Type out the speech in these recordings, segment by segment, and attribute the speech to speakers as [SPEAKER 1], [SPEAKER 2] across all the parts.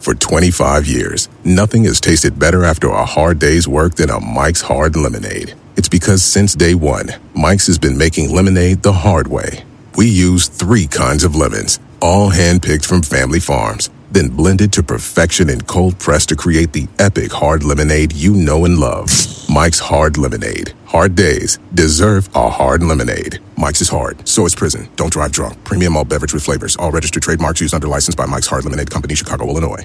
[SPEAKER 1] For 25 years, nothing has tasted better after a hard day's work than a Mike's Hard Lemonade. It's because since day one, Mike's has been making lemonade the hard way. We use three kinds of lemons, all handpicked from family farms, then blended to perfection and cold pressed to create the epic hard lemonade you know and love. Mike's Hard Lemonade. Hard days deserve a hard lemonade. Mike's is hard, so is prison. Don't drive drunk. Premium all beverage with flavors. All registered trademarks used under license by Mike's Hard Lemonade Company, Chicago, Illinois.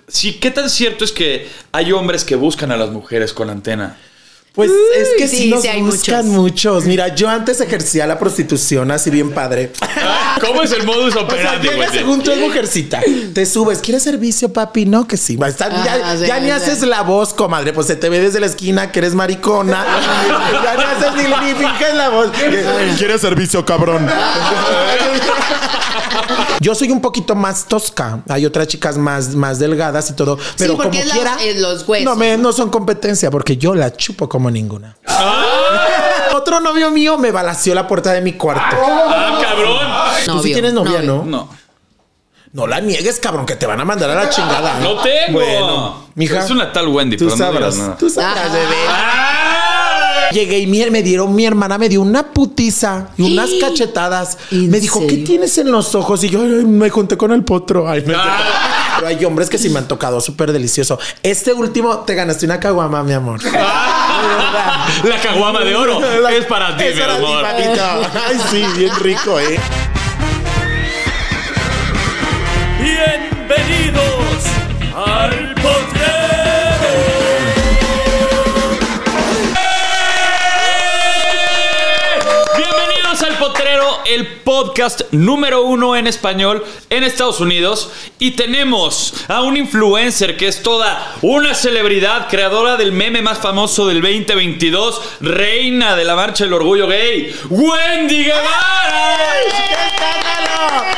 [SPEAKER 2] si qué tan cierto es que hay hombres que buscan a las mujeres con antena.
[SPEAKER 3] Pues es que
[SPEAKER 4] sí,
[SPEAKER 3] sí, nos
[SPEAKER 4] sí hay
[SPEAKER 3] buscan muchos. Mira, yo antes ejercía la prostitución así bien padre.
[SPEAKER 2] ¿Cómo es el modus
[SPEAKER 3] O sea,
[SPEAKER 2] operandi,
[SPEAKER 3] llegas según tú es mujercita, te subes, ¿quieres servicio, papi? No, que sí. va a estar-
[SPEAKER 4] Ah,
[SPEAKER 3] ya
[SPEAKER 4] sí,
[SPEAKER 3] ya ni
[SPEAKER 4] sí.
[SPEAKER 3] haces la voz, comadre. Pues se te ve desde la esquina que eres maricona. ya ni haces ni, ni finges la voz.
[SPEAKER 5] ¿Quieres servicio, cabrón?
[SPEAKER 3] Yo soy un poquito más tosca. Hay otras chicas más, más delgadas y todo. Pero
[SPEAKER 4] porque
[SPEAKER 3] como
[SPEAKER 4] es la-
[SPEAKER 3] quiera.
[SPEAKER 4] es los huesos,
[SPEAKER 3] No, me- no son competencia porque yo la chupo como ninguna.
[SPEAKER 4] Ah.
[SPEAKER 3] Otro novio mío me balació la puerta de mi cuarto.
[SPEAKER 2] Ah, cabrón.
[SPEAKER 3] Tú pues sí tienes novia, ¿no?
[SPEAKER 2] No,
[SPEAKER 3] No la niegues, cabrón, que te van a mandar a la chingada. ¿eh?
[SPEAKER 2] no tengo.
[SPEAKER 3] Bueno, mija.
[SPEAKER 2] Es una tal Wendy,
[SPEAKER 3] Tú
[SPEAKER 2] pero no digas
[SPEAKER 3] sabrás.
[SPEAKER 2] nada.
[SPEAKER 3] tú sabrás,
[SPEAKER 4] Ah.
[SPEAKER 3] bebé.
[SPEAKER 2] Ah,
[SPEAKER 3] Llegué y mi- me dieron, mi hermana me dio una putiza y unas cachetadas.
[SPEAKER 4] ¿En
[SPEAKER 3] Me dijo, ¿qué
[SPEAKER 4] serio?
[SPEAKER 3] tienes en los ojos? Y yo "Ay, me junté con el potro. Ay, me-
[SPEAKER 2] Ah.
[SPEAKER 3] Pero hay hombres que sí me han tocado súper delicioso. Este último, te ganaste una caguama, mi amor.
[SPEAKER 2] La caguama de oro
[SPEAKER 3] La-
[SPEAKER 2] es para ti,
[SPEAKER 3] es
[SPEAKER 2] mi
[SPEAKER 3] para ti,
[SPEAKER 2] amor.
[SPEAKER 3] papito. Ay, sí, bien rico, eh.
[SPEAKER 6] Bienvenidos al potrero.
[SPEAKER 2] Bienvenidos al Potrero, el podcast número uno en español en Estados Unidos. Y tenemos a un influencer que es toda una celebridad, creadora del meme más famoso del 2022, reina de la marcha del orgullo gay, Wendy Guevara.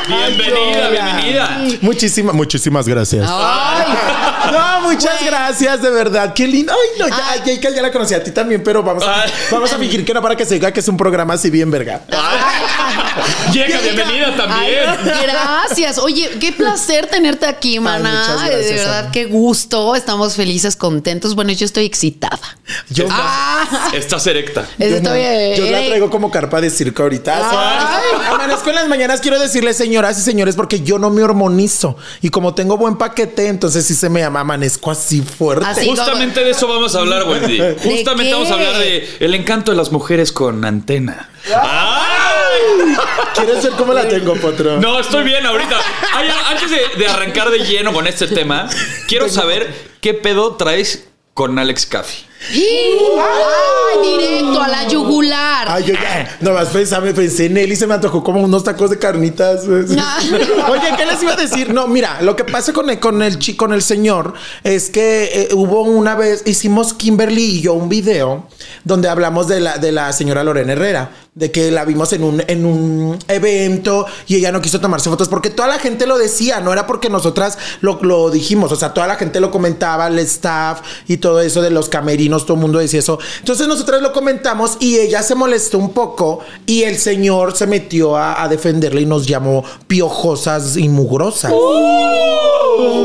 [SPEAKER 2] Bienvenida,
[SPEAKER 3] Ay, hola.
[SPEAKER 2] bienvenida.
[SPEAKER 5] Muchísimas, muchísimas gracias.
[SPEAKER 3] No, muchas gracias, de verdad. Qué lindo. Ay, no, ya,
[SPEAKER 4] Ay.
[SPEAKER 3] ya, ya la conocí a ti también, pero vamos a,
[SPEAKER 4] Ah.
[SPEAKER 2] Ay.
[SPEAKER 3] vamos a fingir que no para que se diga que es un programa así bien verga.
[SPEAKER 2] Llega, bienvenida también.
[SPEAKER 4] Ay, gracias. Oye, qué placer tenerte aquí, maná.
[SPEAKER 3] muchas gracias,
[SPEAKER 4] de verdad,
[SPEAKER 3] Ana.
[SPEAKER 4] qué gusto. Estamos felices, contentos. Bueno, yo estoy excitada.
[SPEAKER 3] Yo,
[SPEAKER 4] Ah,
[SPEAKER 2] Estás erecta.
[SPEAKER 3] yo
[SPEAKER 4] estoy,
[SPEAKER 3] no,
[SPEAKER 4] eh,
[SPEAKER 3] yo la
[SPEAKER 4] eh,
[SPEAKER 3] traigo como carpa de circo ahorita.
[SPEAKER 4] Ay.
[SPEAKER 3] Amanezco en las mañanas, quiero decirles, señoras y señores, porque yo no me hormonizo. Y como tengo buen paquete, entonces sí se me llama amanezco así fuerte.
[SPEAKER 4] Así. Sí,
[SPEAKER 2] Justamente de eso vamos a hablar, Wendy. Justamente
[SPEAKER 4] qué?
[SPEAKER 2] vamos a hablar de el encanto de las mujeres con antena. ¡Ay!
[SPEAKER 3] ¿Quieres ver cómo la tengo, Potro?
[SPEAKER 2] No, estoy bien ahorita. Ay, antes de, de arrancar de lleno con este tema, quiero saber qué pedo traes con Alex Caffey.
[SPEAKER 4] Ay, directo a la yugular.
[SPEAKER 3] Ay, yo ya, nomás pensaba, pensé en él y se me antojó como unos tacos de carnitas. Oye, ¿qué les iba a decir? No, mira, lo que pasa con el, con el chi- con el señor, es que eh, hubo una vez, hicimos Kimberly y yo un video donde hablamos de la, de la señora Lorena Herrera, de que la vimos en un, en un evento y ella no quiso tomarse fotos porque toda la gente lo decía, no era porque nosotras lo, lo dijimos, o sea, toda la gente lo comentaba, el staff y todo eso de los camerinos, todo el mundo decía eso. Entonces nosotras lo comentamos y ella se molestó un poco y el señor se metió a, a defenderle y nos llamó piojosas y mugrosas.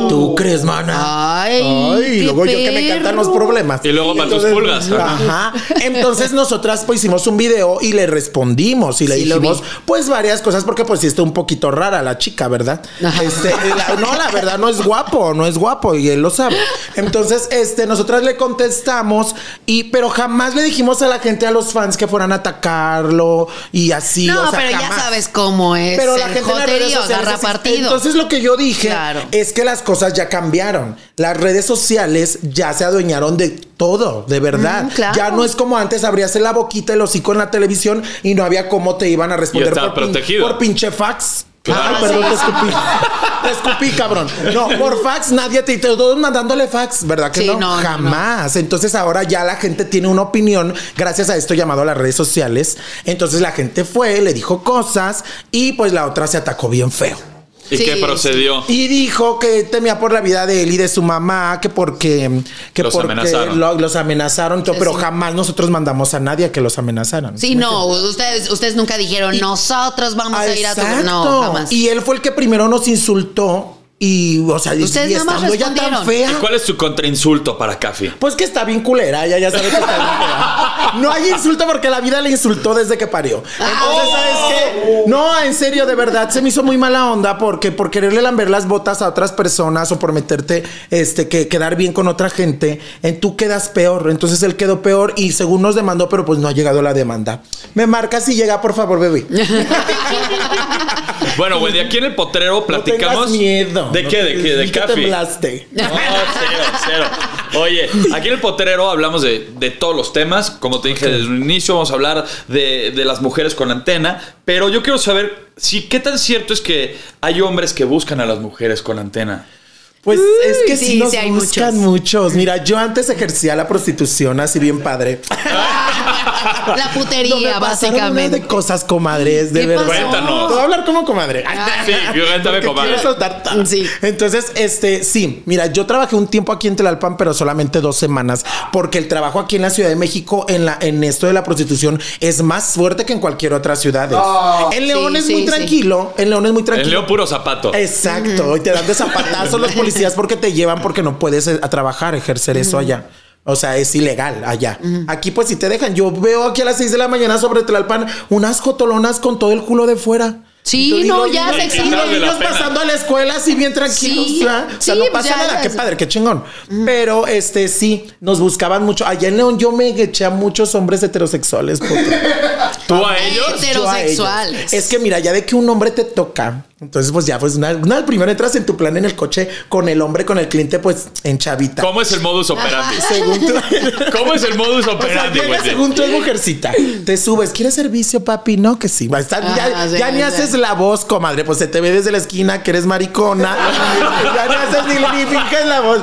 [SPEAKER 3] ¿Tú crees, mana?
[SPEAKER 4] Ay,
[SPEAKER 3] Ay,
[SPEAKER 4] qué
[SPEAKER 3] luego yo que me encantan los
[SPEAKER 4] perro.
[SPEAKER 3] problemas.
[SPEAKER 2] Y luego para tus
[SPEAKER 3] entonces-
[SPEAKER 2] pulgas.
[SPEAKER 3] Ajá. Entonces nosotras pues hicimos un video y le respondimos y le
[SPEAKER 4] Sí, lo
[SPEAKER 3] dijimos
[SPEAKER 4] vi.
[SPEAKER 3] pues varias cosas porque pues sí está un poquito rara la chica, ¿verdad?
[SPEAKER 4] Ajá.
[SPEAKER 3] Este, la- no, la verdad no es guapo, no es guapo y él lo sabe. Entonces, este, nosotras le contestamos y pero jamás le dijimos a la gente, a los fans que fueran a atacarlo y así.
[SPEAKER 4] No,
[SPEAKER 3] o sea,
[SPEAKER 4] pero
[SPEAKER 3] jamás.
[SPEAKER 4] ya sabes cómo es.
[SPEAKER 3] Pero la
[SPEAKER 4] el
[SPEAKER 3] gente en las redes
[SPEAKER 4] joterío,
[SPEAKER 3] sociales
[SPEAKER 4] agarra
[SPEAKER 3] es-
[SPEAKER 4] partido.
[SPEAKER 3] Entonces lo que yo dije
[SPEAKER 4] Claro.
[SPEAKER 3] es que las cosas ya cambiaron. Las redes sociales ya se adueñaron de todo, de verdad.
[SPEAKER 4] Mm, claro.
[SPEAKER 3] Ya no es como antes abrías la boquita el hocico en la televisión y no había cómo te iban a responder
[SPEAKER 2] estaba
[SPEAKER 3] por, pin-
[SPEAKER 2] protegido.
[SPEAKER 3] por pinche fax. Ay, perdón, te escupí. Te escupí, cabrón. No, por fax nadie te... Todos mandándole fax, ¿verdad que
[SPEAKER 4] Sí,
[SPEAKER 3] no?
[SPEAKER 4] no, no,
[SPEAKER 3] Jamás. Entonces ahora ya la gente tiene una opinión gracias a esto llamado a las redes sociales. Entonces la gente fue, le dijo cosas y pues la otra se atacó bien feo.
[SPEAKER 2] ¿Y
[SPEAKER 4] Sí,
[SPEAKER 2] qué
[SPEAKER 4] sí.
[SPEAKER 2] procedió?
[SPEAKER 3] Y dijo que temía por la vida de él y de su mamá, que porque, que
[SPEAKER 2] Los
[SPEAKER 3] porque
[SPEAKER 2] amenazaron.
[SPEAKER 3] lo- los amenazaron, todo,
[SPEAKER 4] Sí,
[SPEAKER 3] pero
[SPEAKER 4] sí.
[SPEAKER 3] jamás nosotros mandamos a nadie a que los amenazaran.
[SPEAKER 4] Sí, no, ustedes, ustedes nunca dijeron, nosotros vamos a ir a tu... No,
[SPEAKER 3] Exacto.
[SPEAKER 4] jamás.
[SPEAKER 3] Y él fue el que primero nos insultó y, o sea, y-
[SPEAKER 4] Ustedes
[SPEAKER 3] y
[SPEAKER 4] nada más
[SPEAKER 3] estando ella tan
[SPEAKER 4] respondieron.
[SPEAKER 2] ¿Y
[SPEAKER 3] fea.
[SPEAKER 2] cuál es tu contrainsulto para Cafi?
[SPEAKER 3] Pues que está bien culera, ella ya sabe que está bien culera. No hay insulto porque la vida le insultó desde que parió.
[SPEAKER 2] Ah.
[SPEAKER 3] Entonces, ¿sabes qué? No, en serio, de verdad, se me hizo muy mala onda porque por quererle lamber las botas a otras personas o por meterte, este, que quedar bien con otra gente, en tú quedas peor. Entonces él quedó peor y según nos demandó, pero pues no ha llegado la demanda. Me marca si llega, por favor, bebé.
[SPEAKER 2] Bueno, güey, de aquí en el potrero platicamos.
[SPEAKER 3] No tengas miedo.
[SPEAKER 2] ¿De
[SPEAKER 3] No
[SPEAKER 2] qué?
[SPEAKER 3] te-
[SPEAKER 2] ¿De qué? ¿De
[SPEAKER 3] vi que
[SPEAKER 2] Cafi?
[SPEAKER 3] temblaste.
[SPEAKER 2] No, cero, cero. Oye, aquí en el potrero hablamos de, de todos los temas. Como te dije desde un inicio, vamos a hablar de, de las mujeres con antena. Pero yo quiero saber si qué tan cierto es que hay hombres que buscan a las mujeres con antena.
[SPEAKER 3] Pues es que
[SPEAKER 4] sí,
[SPEAKER 3] sí, nos
[SPEAKER 4] sí hay
[SPEAKER 3] buscan muchos. Mira, yo antes ejercía la prostitución así bien padre.
[SPEAKER 4] La
[SPEAKER 3] No, me pasaron una
[SPEAKER 4] putería, básicamente.
[SPEAKER 3] de cosas, comadres, de
[SPEAKER 4] ¿Qué
[SPEAKER 3] verdad.
[SPEAKER 4] pasó?
[SPEAKER 2] Cuéntanos.
[SPEAKER 3] Puedo hablar como comadre.
[SPEAKER 2] Sí, cuéntame,
[SPEAKER 3] Porque
[SPEAKER 2] comadre.
[SPEAKER 3] quiero soltar ta-
[SPEAKER 4] Sí.
[SPEAKER 3] Entonces, este, sí, mira, yo trabajé un tiempo aquí en Tlalpan, pero solamente dos semanas, porque el trabajo aquí en la Ciudad de México en la en esto de la prostitución es más fuerte que en cualquier otra ciudad. en León
[SPEAKER 4] Ah. Sí,
[SPEAKER 3] es
[SPEAKER 4] sí,
[SPEAKER 3] muy
[SPEAKER 4] sí.
[SPEAKER 3] tranquilo, en León es muy
[SPEAKER 2] El
[SPEAKER 3] tranquilo.
[SPEAKER 2] leo puro zapato.
[SPEAKER 3] Exacto, y te dan de zapatazo los policías porque te llevan porque no puedes eh, a trabajar, ejercer eso allá. O sea, es ilegal allá. Aquí pues si te dejan. Yo veo aquí a las 6 de la mañana sobre Tlalpan unas jotolonas con todo el culo de fuera.
[SPEAKER 4] Sí,
[SPEAKER 3] Y tú- y
[SPEAKER 4] no,
[SPEAKER 3] los
[SPEAKER 4] ya
[SPEAKER 3] niños-
[SPEAKER 4] se
[SPEAKER 3] Y los
[SPEAKER 4] exageraron.
[SPEAKER 3] niños
[SPEAKER 2] Vale la pena.
[SPEAKER 3] pasando a la escuela así bien tranquilos.
[SPEAKER 4] Sí,
[SPEAKER 3] ¿verdad? o sea,
[SPEAKER 4] sí,
[SPEAKER 3] no
[SPEAKER 4] pues,
[SPEAKER 3] pasa
[SPEAKER 4] ya,
[SPEAKER 3] nada.
[SPEAKER 4] ya,
[SPEAKER 3] Qué
[SPEAKER 4] ya.
[SPEAKER 3] padre, qué chingón. Pero este sí, nos buscaban mucho. Allá en León yo me eché a muchos hombres heterosexuales. puto.
[SPEAKER 2] ¿Tú a ellos?
[SPEAKER 4] Hétero.
[SPEAKER 3] Yo a ellos.
[SPEAKER 4] Heterosexuales.
[SPEAKER 3] Es que mira, ya de que un hombre te toca, entonces pues ya, pues una, una- primero entras en tu plan en el coche con el hombre, con el cliente, pues en chavita.
[SPEAKER 2] ¿Cómo es el modus operandi?
[SPEAKER 3] Según tú,
[SPEAKER 2] ¿Cómo es el modus
[SPEAKER 3] O sea,
[SPEAKER 2] operandi,
[SPEAKER 3] llegas,
[SPEAKER 2] güey?
[SPEAKER 3] según tú es mujercita. Te subes, ¿quieres servicio, papi? No, que sí. Va, está- ya
[SPEAKER 4] Ajá, Ah, sí,
[SPEAKER 3] ya ni
[SPEAKER 4] sí.
[SPEAKER 3] haces la voz, comadre. Pues se te ve desde la esquina que eres maricona. ya ni haces ni, ni finges la voz.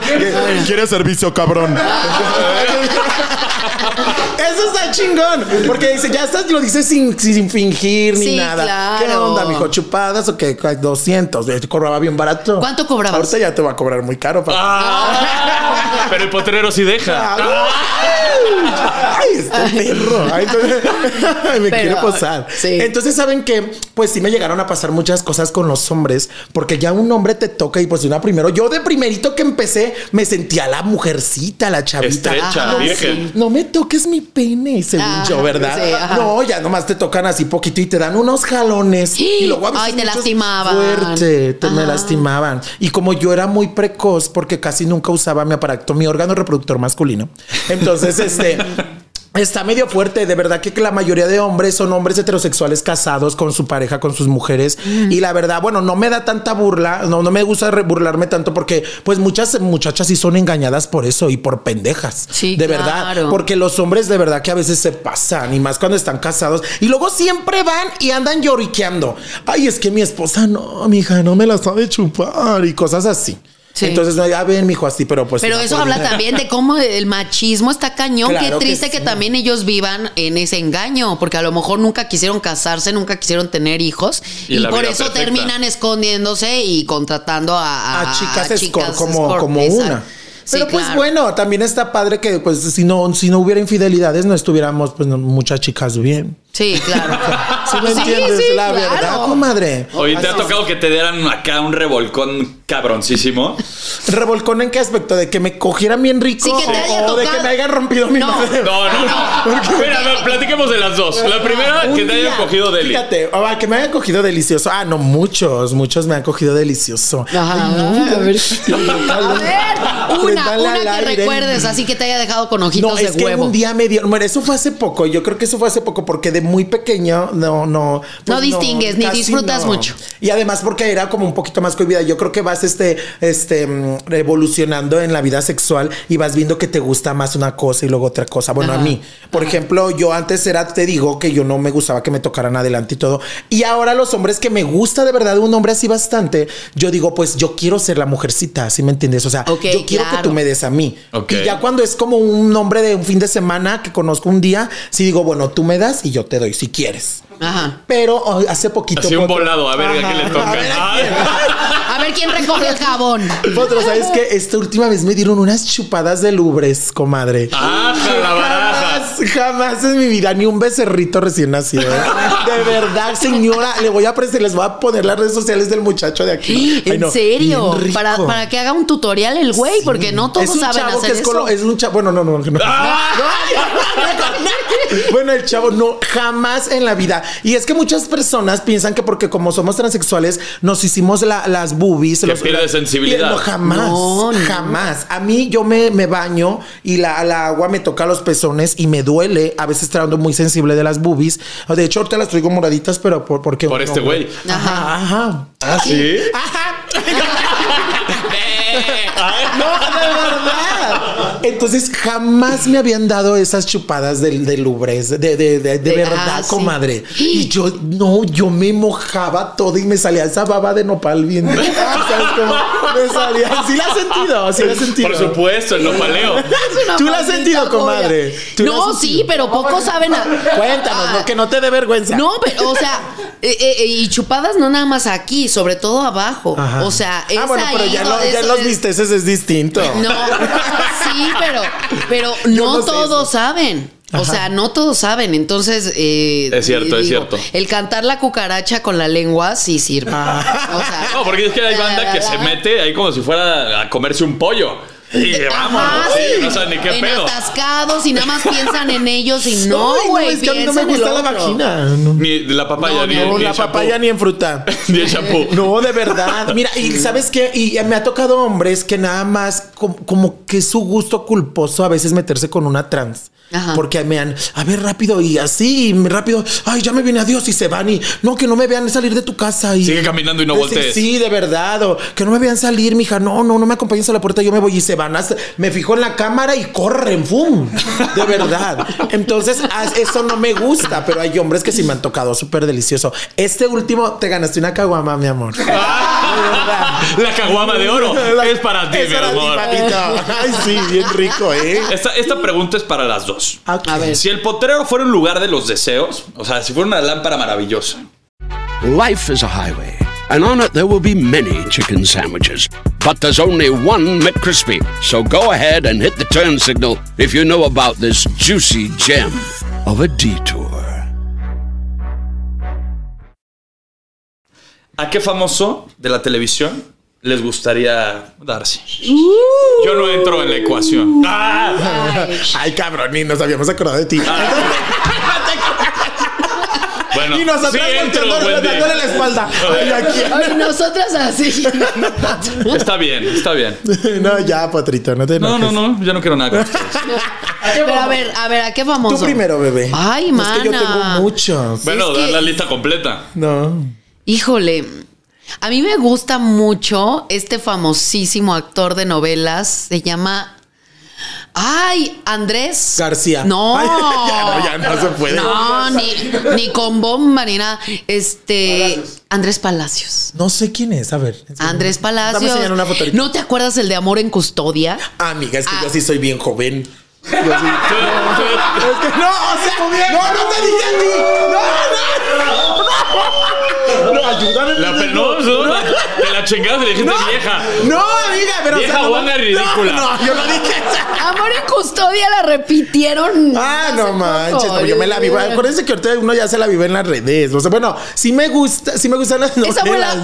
[SPEAKER 5] ¿Quieres servicio, cabrón?
[SPEAKER 3] Eso está chingón. Porque dice, ya estás, lo dices sin, sin fingir ni
[SPEAKER 4] Sí,
[SPEAKER 3] nada. ¿Qué
[SPEAKER 4] claro.
[SPEAKER 3] onda, mijo? ¿Chupadas o qué? 200. Eh, Cobraba bien barato.
[SPEAKER 4] ¿Cuánto cobrabas?
[SPEAKER 3] Ahorita ya te va a cobrar muy caro. papá.
[SPEAKER 2] Ah, pero el potrero sí deja.
[SPEAKER 3] Ay, este perro. Ay, entonces- Ay, me
[SPEAKER 4] Pero,
[SPEAKER 3] quiere posar.
[SPEAKER 4] sí.
[SPEAKER 3] Entonces, ¿saben que Pues sí me llegaron a pasar muchas cosas con los hombres, porque ya un hombre te toca y pues de una primero. Yo de primerito que empecé, me sentía la mujercita, la chavita.
[SPEAKER 2] Estrecha,
[SPEAKER 4] Ajá,
[SPEAKER 2] virgen.
[SPEAKER 3] No me toques mi pene, según
[SPEAKER 4] Ajá,
[SPEAKER 3] yo, ¿verdad?
[SPEAKER 4] Ah, sí, ajá.
[SPEAKER 3] no, ya nomás te tocan así poquito y te dan unos jalones.
[SPEAKER 4] Sí.
[SPEAKER 3] Y luego a veces
[SPEAKER 4] Ay, te
[SPEAKER 3] muchos
[SPEAKER 4] lastimaban.
[SPEAKER 3] Fuerte, te me
[SPEAKER 4] Ajá.
[SPEAKER 3] lastimaban. Y como yo era muy precoz, porque casi nunca usaba mi aparato, mi órgano reproductor masculino. Entonces, este. Está medio fuerte, de verdad que la mayoría de hombres son hombres heterosexuales casados con su pareja, con sus mujeres.
[SPEAKER 4] Mm.
[SPEAKER 3] Y la verdad, bueno, no me da tanta burla, no, no me gusta re- burlarme tanto porque pues muchas muchachas sí son engañadas por eso y por pendejas.
[SPEAKER 4] Sí,
[SPEAKER 3] de verdad.
[SPEAKER 4] claro.
[SPEAKER 3] Porque los hombres de verdad que a veces se pasan y más cuando están casados y luego siempre van y andan lloriqueando. Ay, es que mi esposa no, mi hija no me la sabe chupar y cosas así.
[SPEAKER 4] Sí.
[SPEAKER 3] Entonces, no, ya ven, mijo, así, pero pues.
[SPEAKER 4] Pero
[SPEAKER 3] no
[SPEAKER 4] eso
[SPEAKER 3] puedo.
[SPEAKER 4] habla también de cómo el machismo está cañón.
[SPEAKER 3] Claro que
[SPEAKER 4] Qué triste que,
[SPEAKER 3] sí.
[SPEAKER 4] también ellos vivan en ese engaño, porque a lo mejor nunca quisieron casarse, nunca quisieron tener hijos
[SPEAKER 2] Y
[SPEAKER 4] y,
[SPEAKER 2] la
[SPEAKER 4] por
[SPEAKER 2] vida
[SPEAKER 4] eso
[SPEAKER 2] perfecta.
[SPEAKER 4] terminan escondiéndose y contratando a,
[SPEAKER 3] a Ah, chicas escort como,
[SPEAKER 4] escort,
[SPEAKER 3] como
[SPEAKER 4] esa.
[SPEAKER 3] una.
[SPEAKER 4] Sí,
[SPEAKER 3] Pero pues
[SPEAKER 4] claro.
[SPEAKER 3] bueno, también está padre que pues si no, si no hubiera infidelidades, no estuviéramos pues no, muchas chicas bien.
[SPEAKER 4] Sí, claro.
[SPEAKER 3] Si me
[SPEAKER 4] Ah, Sí,
[SPEAKER 3] entiendes,
[SPEAKER 4] sí,
[SPEAKER 3] la
[SPEAKER 4] claro.
[SPEAKER 3] verdad, comadre.
[SPEAKER 2] Oye, ¿te ha tocado que te dieran acá un revolcón cabroncísimo?
[SPEAKER 3] ¿Revolcón en qué aspecto? ¿De que me cogieran bien rico?
[SPEAKER 4] Sí, que te haya
[SPEAKER 3] ¿O de
[SPEAKER 4] tocado.
[SPEAKER 3] que me hayan rompido mi
[SPEAKER 4] No.
[SPEAKER 3] madre?
[SPEAKER 2] No, no, no. Espera, a ver, platiquemos de las dos. La primera,
[SPEAKER 3] Ah, Un
[SPEAKER 2] que te hayan
[SPEAKER 3] día,
[SPEAKER 2] cogido Deli.
[SPEAKER 3] Fíjate, ah, que me hayan cogido delicioso. Ah, no, muchos, muchos me han cogido delicioso.
[SPEAKER 4] Ajá.
[SPEAKER 3] a ver.
[SPEAKER 4] A ver, una, una que recuerdes, así que te haya dejado con ojitos
[SPEAKER 3] No, es
[SPEAKER 4] de
[SPEAKER 3] que
[SPEAKER 4] huevo.
[SPEAKER 3] un día me dieron. Bueno, eso fue hace poco. Yo creo que eso fue hace poco porque de muy pequeño no, no. pues,
[SPEAKER 4] distingues, ni
[SPEAKER 3] casi
[SPEAKER 4] disfrutas mucho.
[SPEAKER 3] Y además porque era como un poquito más cohibida. Yo creo que vas este, este, mm, evolucionando en la vida sexual y vas viendo que te gusta más una cosa y luego otra cosa. Bueno, a mí, por ejemplo, yo antes era, te digo, que yo no me gustaba que me tocaran adelante y todo. Y ahora los hombres que me gusta de verdad, un hombre así bastante, yo digo, pues yo quiero ser la mujercita, ¿sí me entiendes? O sea,
[SPEAKER 4] Ok,
[SPEAKER 3] yo quiero que
[SPEAKER 4] claro.
[SPEAKER 3] tú me des a mí.
[SPEAKER 2] Ok.
[SPEAKER 3] Y ya cuando es como un hombre de un fin de semana que conozco un día, sí digo, bueno, tú me das y yo te doy si quieres.
[SPEAKER 4] Ajá.
[SPEAKER 3] Pero oh, hace poquito.
[SPEAKER 2] Así un
[SPEAKER 3] Potro-
[SPEAKER 2] volado, a ver, ¿a qué le
[SPEAKER 3] Ajá.
[SPEAKER 2] toca? Ah.
[SPEAKER 3] A ver, ¿a
[SPEAKER 2] Ay.
[SPEAKER 4] A ver quién recoge el jabón.
[SPEAKER 3] quién? Potro, ¿sabes qué? Esta última vez me dieron unas chupadas de lubres, comadre.
[SPEAKER 2] Ah, jalabarajas.
[SPEAKER 3] Jamás, jamás en mi vida, ni un becerrito recién nacido. ¿eh? De verdad, señora, le voy a presentar, les voy a poner las redes sociales del muchacho de aquí. Ay,
[SPEAKER 4] En
[SPEAKER 3] no,
[SPEAKER 4] serio.
[SPEAKER 3] bien rico.
[SPEAKER 4] Para, para que haga un tutorial el güey, porque no todos
[SPEAKER 3] es un
[SPEAKER 4] saben
[SPEAKER 3] chavo
[SPEAKER 4] hacer
[SPEAKER 3] que es,
[SPEAKER 4] eso.
[SPEAKER 3] colo- es un chavo. Bueno, no, no, no.
[SPEAKER 2] Ah,
[SPEAKER 3] bueno, el chavo no, jamás en la vida. Y es que muchas personas piensan que porque como somos transexuales, nos hicimos la- las boobies.
[SPEAKER 2] Que
[SPEAKER 3] los-
[SPEAKER 2] pierde
[SPEAKER 3] la-
[SPEAKER 2] sensibilidad.
[SPEAKER 3] No, jamás.
[SPEAKER 4] No, no.
[SPEAKER 3] Jamás. A mí yo me, me baño y la, la agua me toca los pezones y me duele. A veces trando muy sensible de las boobies. De hecho, ahorita las traigo moraditas, pero por, porque.
[SPEAKER 2] Por este güey.
[SPEAKER 3] Ajá, ajá.
[SPEAKER 2] Ah, sí.
[SPEAKER 3] Ajá.
[SPEAKER 2] Ah.
[SPEAKER 3] No, de verdad. Entonces jamás me habían dado esas chupadas de, de lubres, de, de, de, de
[SPEAKER 4] De-
[SPEAKER 3] verdad,
[SPEAKER 4] ah, sí.
[SPEAKER 3] comadre. Y yo, no, yo me mojaba todo y me salía esa baba de nopal bien. ¿Sabes cómo? Me salía. Sí la has sentido, sí la has sentido.
[SPEAKER 2] Por supuesto, el nopaleo.
[SPEAKER 4] Una
[SPEAKER 3] Tú la has
[SPEAKER 4] maldita
[SPEAKER 3] sentido,
[SPEAKER 4] joya.
[SPEAKER 3] comadre. Tú la
[SPEAKER 4] No,
[SPEAKER 3] has
[SPEAKER 4] sí,
[SPEAKER 3] sentido.
[SPEAKER 4] pero pocos saben. a-
[SPEAKER 3] Cuéntanos,
[SPEAKER 4] Ah,
[SPEAKER 3] no, que no te dé vergüenza.
[SPEAKER 4] No, pero, o sea, eh, eh, eh, y chupadas no nada más aquí, sobre todo abajo.
[SPEAKER 3] Ajá.
[SPEAKER 4] O sea, es
[SPEAKER 3] ah, bueno, pero
[SPEAKER 4] ahí
[SPEAKER 3] ya, lo-
[SPEAKER 4] donde
[SPEAKER 3] ya
[SPEAKER 4] eso
[SPEAKER 3] los
[SPEAKER 4] es-
[SPEAKER 3] visteces es distinto.
[SPEAKER 4] No, sí, pero, pero
[SPEAKER 3] Yo
[SPEAKER 4] no
[SPEAKER 3] no sé
[SPEAKER 4] todos
[SPEAKER 3] eso.
[SPEAKER 4] saben. O
[SPEAKER 3] Ajá.
[SPEAKER 4] sea, no todos saben. Entonces, eh,
[SPEAKER 2] Es cierto, es cierto.
[SPEAKER 4] El cantar la cucaracha con la lengua sí sirve.
[SPEAKER 3] Ah.
[SPEAKER 4] O sea,
[SPEAKER 2] No, porque es que hay banda que se
[SPEAKER 4] la-
[SPEAKER 2] mete ahí como si fuera a comerse un pollo. Y vamos,
[SPEAKER 4] Ajá,
[SPEAKER 2] sí,
[SPEAKER 4] sí.
[SPEAKER 2] no saben ni qué
[SPEAKER 4] en
[SPEAKER 2] pedo.
[SPEAKER 4] atascados y nada más piensan en ellos y no,
[SPEAKER 3] Ay,
[SPEAKER 4] güey.
[SPEAKER 3] es que a mí no me
[SPEAKER 4] piensa en el
[SPEAKER 3] gusta la
[SPEAKER 4] otro.
[SPEAKER 3] vagina. No.
[SPEAKER 2] Ni la papaya,
[SPEAKER 4] No,
[SPEAKER 2] ni,
[SPEAKER 4] no,
[SPEAKER 2] ni
[SPEAKER 3] la
[SPEAKER 2] el champú.
[SPEAKER 3] papaya ni en fruta.
[SPEAKER 2] Ni el champú.
[SPEAKER 3] No, de verdad. Mira, y sabes qué, y me ha tocado hombres que nada más com- como, que es su gusto culposo a veces meterse con una trans.
[SPEAKER 4] Ajá.
[SPEAKER 3] Porque me han, a ver, rápido, y así, y rápido, ay, ya me viene adiós y se van, y no, que no me vean salir de tu casa. Y,
[SPEAKER 2] Sigue caminando y no
[SPEAKER 3] Sí,
[SPEAKER 2] voltees.
[SPEAKER 3] Sí, de verdad, o que no me vean salir, mija, no, no, no me acompañes a la puerta, yo me voy y se van. hasta- me fijo en la cámara y corren, ¡fum! De verdad. Entonces, as- eso no me gusta, pero hay hombres que sí me han tocado súper delicioso. Este último, te ganaste una caguama, mi amor.
[SPEAKER 2] Ah, la caguama de oro
[SPEAKER 3] La-
[SPEAKER 2] es para ti,
[SPEAKER 3] es
[SPEAKER 2] mi
[SPEAKER 3] para ti,
[SPEAKER 2] amor.
[SPEAKER 3] papito. Ay, sí, bien rico, ¿eh?
[SPEAKER 2] Esta, esta pregunta es para las dos.
[SPEAKER 3] Ok.
[SPEAKER 4] A ver.
[SPEAKER 2] Si el potrero fuera un lugar de los deseos, o sea, si fuera una lámpara maravillosa,
[SPEAKER 7] Life is a highway, and on it there will be many chicken sandwiches. But there's only one McCrispy. So go ahead and hit the turn signal if you know about this juicy gem of a detour.
[SPEAKER 2] ¿a qué famoso de la televisión les gustaría darse? Yo no entro en la
[SPEAKER 3] Uh.
[SPEAKER 2] ecuación. Ah,
[SPEAKER 3] Ay, cabrón, ni nos habíamos acordado de ti.
[SPEAKER 2] bueno,
[SPEAKER 3] Y nosotros
[SPEAKER 2] sí entro,
[SPEAKER 3] volteando,
[SPEAKER 2] Wendy.
[SPEAKER 3] dándole la espalda. Ay, aquí.
[SPEAKER 4] Ay, nosotras así.
[SPEAKER 2] Está bien, está bien.
[SPEAKER 3] No, ya, Patrito, no te
[SPEAKER 2] No,
[SPEAKER 3] enojes.
[SPEAKER 2] no, no, yo no quiero nada con ustedes.
[SPEAKER 4] Pero a ver, a ver, ¿a qué famoso?
[SPEAKER 3] Tú primero, bebé.
[SPEAKER 4] Ay,
[SPEAKER 3] No, Es que yo
[SPEAKER 4] mana.
[SPEAKER 3] tengo muchos.
[SPEAKER 2] Bueno,
[SPEAKER 4] Es que-
[SPEAKER 2] dar la lista completa.
[SPEAKER 3] No.
[SPEAKER 4] Híjole, a mí me gusta mucho este famosísimo actor de novelas. Se llama. Ay, Andrés
[SPEAKER 3] García.
[SPEAKER 4] No,
[SPEAKER 3] Ay, ya no, ya no se puede.
[SPEAKER 4] No, ni, ni con bomba ni nada. Este Andrés Palacios.
[SPEAKER 3] No sé quién es, a ver. enséñame.
[SPEAKER 4] Andrés
[SPEAKER 3] Dame
[SPEAKER 4] Palacios.
[SPEAKER 3] enseñar una foto ahorita.
[SPEAKER 4] ¿No te acuerdas el de Amor en Custodia?
[SPEAKER 3] Ah, Amiga, es que
[SPEAKER 4] Ah.
[SPEAKER 3] yo sí soy bien joven. Yo sí- Es que no, o sea, no, no te dije a ti. No, no, no. No, ayúdame.
[SPEAKER 2] La
[SPEAKER 3] pendejo.
[SPEAKER 2] penosa, te la chingaste y le dijiste vieja.
[SPEAKER 3] No, amiga, pero.
[SPEAKER 2] Vieja
[SPEAKER 3] no,
[SPEAKER 2] guanga
[SPEAKER 3] no,
[SPEAKER 2] ridícula.
[SPEAKER 3] No, yo no dije eso.
[SPEAKER 4] Amor en Custodia la repitieron.
[SPEAKER 3] Ah,
[SPEAKER 4] hace
[SPEAKER 3] no
[SPEAKER 4] poco.
[SPEAKER 3] manches, no, yo me la vivo. Acuérdense que ahorita uno ya se la vive en las redes. O sea, bueno, sí me gusta, sí me gustan las novelas.
[SPEAKER 4] Esa fue la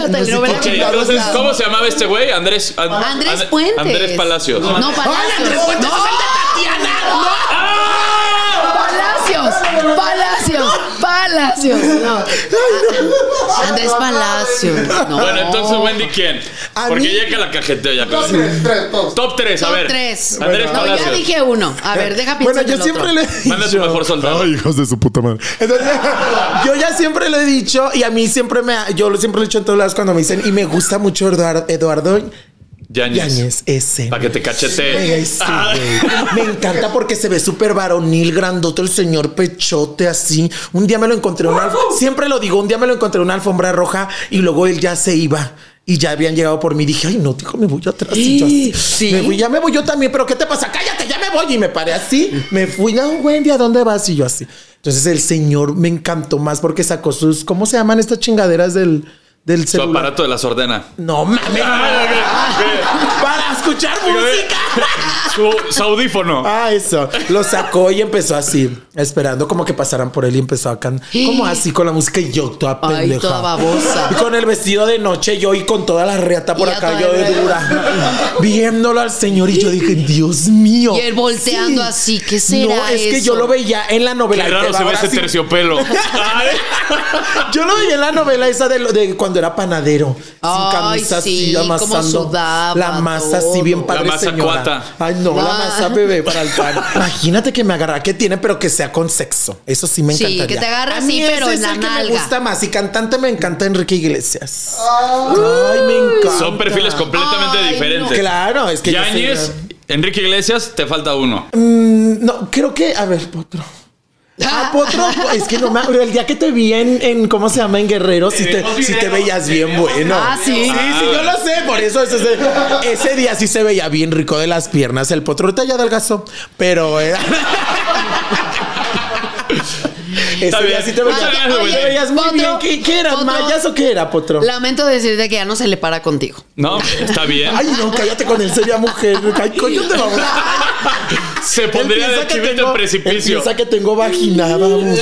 [SPEAKER 3] No sé
[SPEAKER 4] telenovela
[SPEAKER 3] por
[SPEAKER 2] Ok,
[SPEAKER 4] que
[SPEAKER 3] qué.
[SPEAKER 4] me gustó.
[SPEAKER 2] entonces, ¿cómo se llamaba este güey? Andrés. And-
[SPEAKER 4] Andrés
[SPEAKER 2] And-
[SPEAKER 4] Puentes.
[SPEAKER 2] Andrés Palacios.
[SPEAKER 4] No, Palacios.
[SPEAKER 3] Ay, Andrés Fuentes,
[SPEAKER 4] no,
[SPEAKER 3] es el de Tatiana.
[SPEAKER 2] ¡Ah!
[SPEAKER 4] Palacios. Palacios, Palacios, no. Andrés Palacios. No.
[SPEAKER 2] Bueno, entonces, Wendy, ¿quién?
[SPEAKER 3] A
[SPEAKER 2] Porque
[SPEAKER 3] mí-
[SPEAKER 2] ya que la cajeteo ya.
[SPEAKER 8] Dos,
[SPEAKER 2] casi.
[SPEAKER 8] tres, tres, dos.
[SPEAKER 2] Top 3, a
[SPEAKER 4] Son
[SPEAKER 2] ver.
[SPEAKER 4] tres.
[SPEAKER 2] Andrés
[SPEAKER 4] no,
[SPEAKER 2] Palacios.
[SPEAKER 4] ya dije uno. A ver, deja
[SPEAKER 3] Bueno,
[SPEAKER 4] pensar.
[SPEAKER 3] yo
[SPEAKER 4] en el
[SPEAKER 3] siempre
[SPEAKER 4] otro.
[SPEAKER 3] le he dicho.
[SPEAKER 2] Manda tu mejor soldado.
[SPEAKER 5] Ay, hijos de su puta madre.
[SPEAKER 3] Entonces, yo ya siempre lo he dicho y a mí siempre me. ha- Yo lo- siempre lo he dicho en todos lados cuando me dicen y me gusta mucho Eduardo, Eduardo
[SPEAKER 2] Yañez.
[SPEAKER 3] Yáñez, ese.
[SPEAKER 2] Para que te
[SPEAKER 3] Ay,
[SPEAKER 2] cachete.
[SPEAKER 3] sí, güey. Me encanta porque se ve súper varonil, grandote, el señor pechote así. Un día me lo encontré en una siempre lo digo, un día me lo encontré en una alfombra roja y luego él ya se iba. Y ya habían llegado por mí. Dije, ay, no, dijo, me voy atrás. Y yo así,
[SPEAKER 4] Sí.
[SPEAKER 3] me voy, ya me voy yo también, pero ¿qué te pasa? Cállate, ya me voy. Y me paré así. Me fui, no, Wendy, ¿a dónde vas? Y yo así. Entonces el señor me encantó más porque sacó sus, ¿cómo se llaman estas chingaderas del, del
[SPEAKER 2] Su
[SPEAKER 3] celular?
[SPEAKER 2] aparato de la sordena.
[SPEAKER 3] No mames. Para escuchar música.
[SPEAKER 2] Su, su audífono.
[SPEAKER 3] Ah, eso. Lo sacó y empezó así, esperando como que pasaran por él y empezó a cantar. Como así con la música y yo toda
[SPEAKER 4] Ay,
[SPEAKER 3] pendeja.
[SPEAKER 4] toda babosa.
[SPEAKER 3] Y con el vestido de noche yo y con toda la reata por
[SPEAKER 4] Y ya
[SPEAKER 3] acá
[SPEAKER 4] toda
[SPEAKER 3] yo de
[SPEAKER 4] enredada.
[SPEAKER 3] dura. Viéndolo al señor y yo dije, Dios mío.
[SPEAKER 4] Y él volteando así, ¿qué será
[SPEAKER 3] No, es que
[SPEAKER 4] eso?
[SPEAKER 3] yo lo veía en la novela.
[SPEAKER 2] Qué
[SPEAKER 3] Ahí te
[SPEAKER 2] raro
[SPEAKER 3] va,
[SPEAKER 2] se ve
[SPEAKER 3] ahora
[SPEAKER 2] ese
[SPEAKER 3] sí.
[SPEAKER 2] terciopelo. Ay.
[SPEAKER 3] Yo lo veía en la novela esa de, lo- de cuando era panadero.
[SPEAKER 4] Ay,
[SPEAKER 3] sin camisa
[SPEAKER 4] sí,
[SPEAKER 3] así, amasando.
[SPEAKER 4] cómo sudaba
[SPEAKER 3] la masa así, bien
[SPEAKER 4] todo.
[SPEAKER 3] padre.
[SPEAKER 2] La masa
[SPEAKER 3] señora.
[SPEAKER 2] cuata.
[SPEAKER 3] Ay, no, la
[SPEAKER 4] Ah.
[SPEAKER 3] masa bebé para el pan. Imagínate que me agarra. que tiene? Pero que sea con sexo. Eso sí me
[SPEAKER 4] Sí,
[SPEAKER 3] encantaría.
[SPEAKER 4] que te agarre
[SPEAKER 3] A
[SPEAKER 4] así,
[SPEAKER 3] mí
[SPEAKER 4] pero
[SPEAKER 3] ese
[SPEAKER 4] en
[SPEAKER 3] es
[SPEAKER 4] la
[SPEAKER 3] el que me
[SPEAKER 4] nalga.
[SPEAKER 3] gusta más. Y cantante me encanta Enrique Iglesias. Ay, me encanta.
[SPEAKER 2] Son perfiles completamente
[SPEAKER 4] Ay, no.
[SPEAKER 2] diferentes.
[SPEAKER 3] Claro, es que yo soy-
[SPEAKER 2] Yañez, Enrique Iglesias, te falta uno.
[SPEAKER 3] No, creo que. A ver, Potro. Ah, Potro, es que no me. El día que te vi en, en ¿cómo se llama? En Guerrero, si te,
[SPEAKER 2] Tenemos
[SPEAKER 3] sí te
[SPEAKER 2] videos,
[SPEAKER 3] veías bien
[SPEAKER 2] tenemos
[SPEAKER 3] bueno.
[SPEAKER 4] Ah, sí.
[SPEAKER 3] Sí, sí, yo lo sé, por eso ese, ese- ese día sí se veía bien rico de las piernas. El Potro ahorita ya adelgazó, pero eh, era. Ese
[SPEAKER 2] bien.
[SPEAKER 3] día sí te
[SPEAKER 4] Ah,
[SPEAKER 3] veías,
[SPEAKER 2] Muchas
[SPEAKER 4] gracias,
[SPEAKER 3] te
[SPEAKER 4] Wendy.
[SPEAKER 3] veías muy
[SPEAKER 4] Potro,
[SPEAKER 3] bien. ¿Qué, qué eras,
[SPEAKER 4] Potro.
[SPEAKER 3] mayas o qué era, Potro?
[SPEAKER 4] Lamento decirte que ya no se le para contigo.
[SPEAKER 2] No, está bien.
[SPEAKER 3] Ay, no, cállate con él, sería mujer. Ay, coño, te vamos.
[SPEAKER 2] Se
[SPEAKER 3] Él
[SPEAKER 2] pondría de
[SPEAKER 3] piensa que
[SPEAKER 2] chivito
[SPEAKER 3] tengo-
[SPEAKER 2] en
[SPEAKER 3] él
[SPEAKER 2] precipicio.
[SPEAKER 3] piensa que tengo vagina, vamos.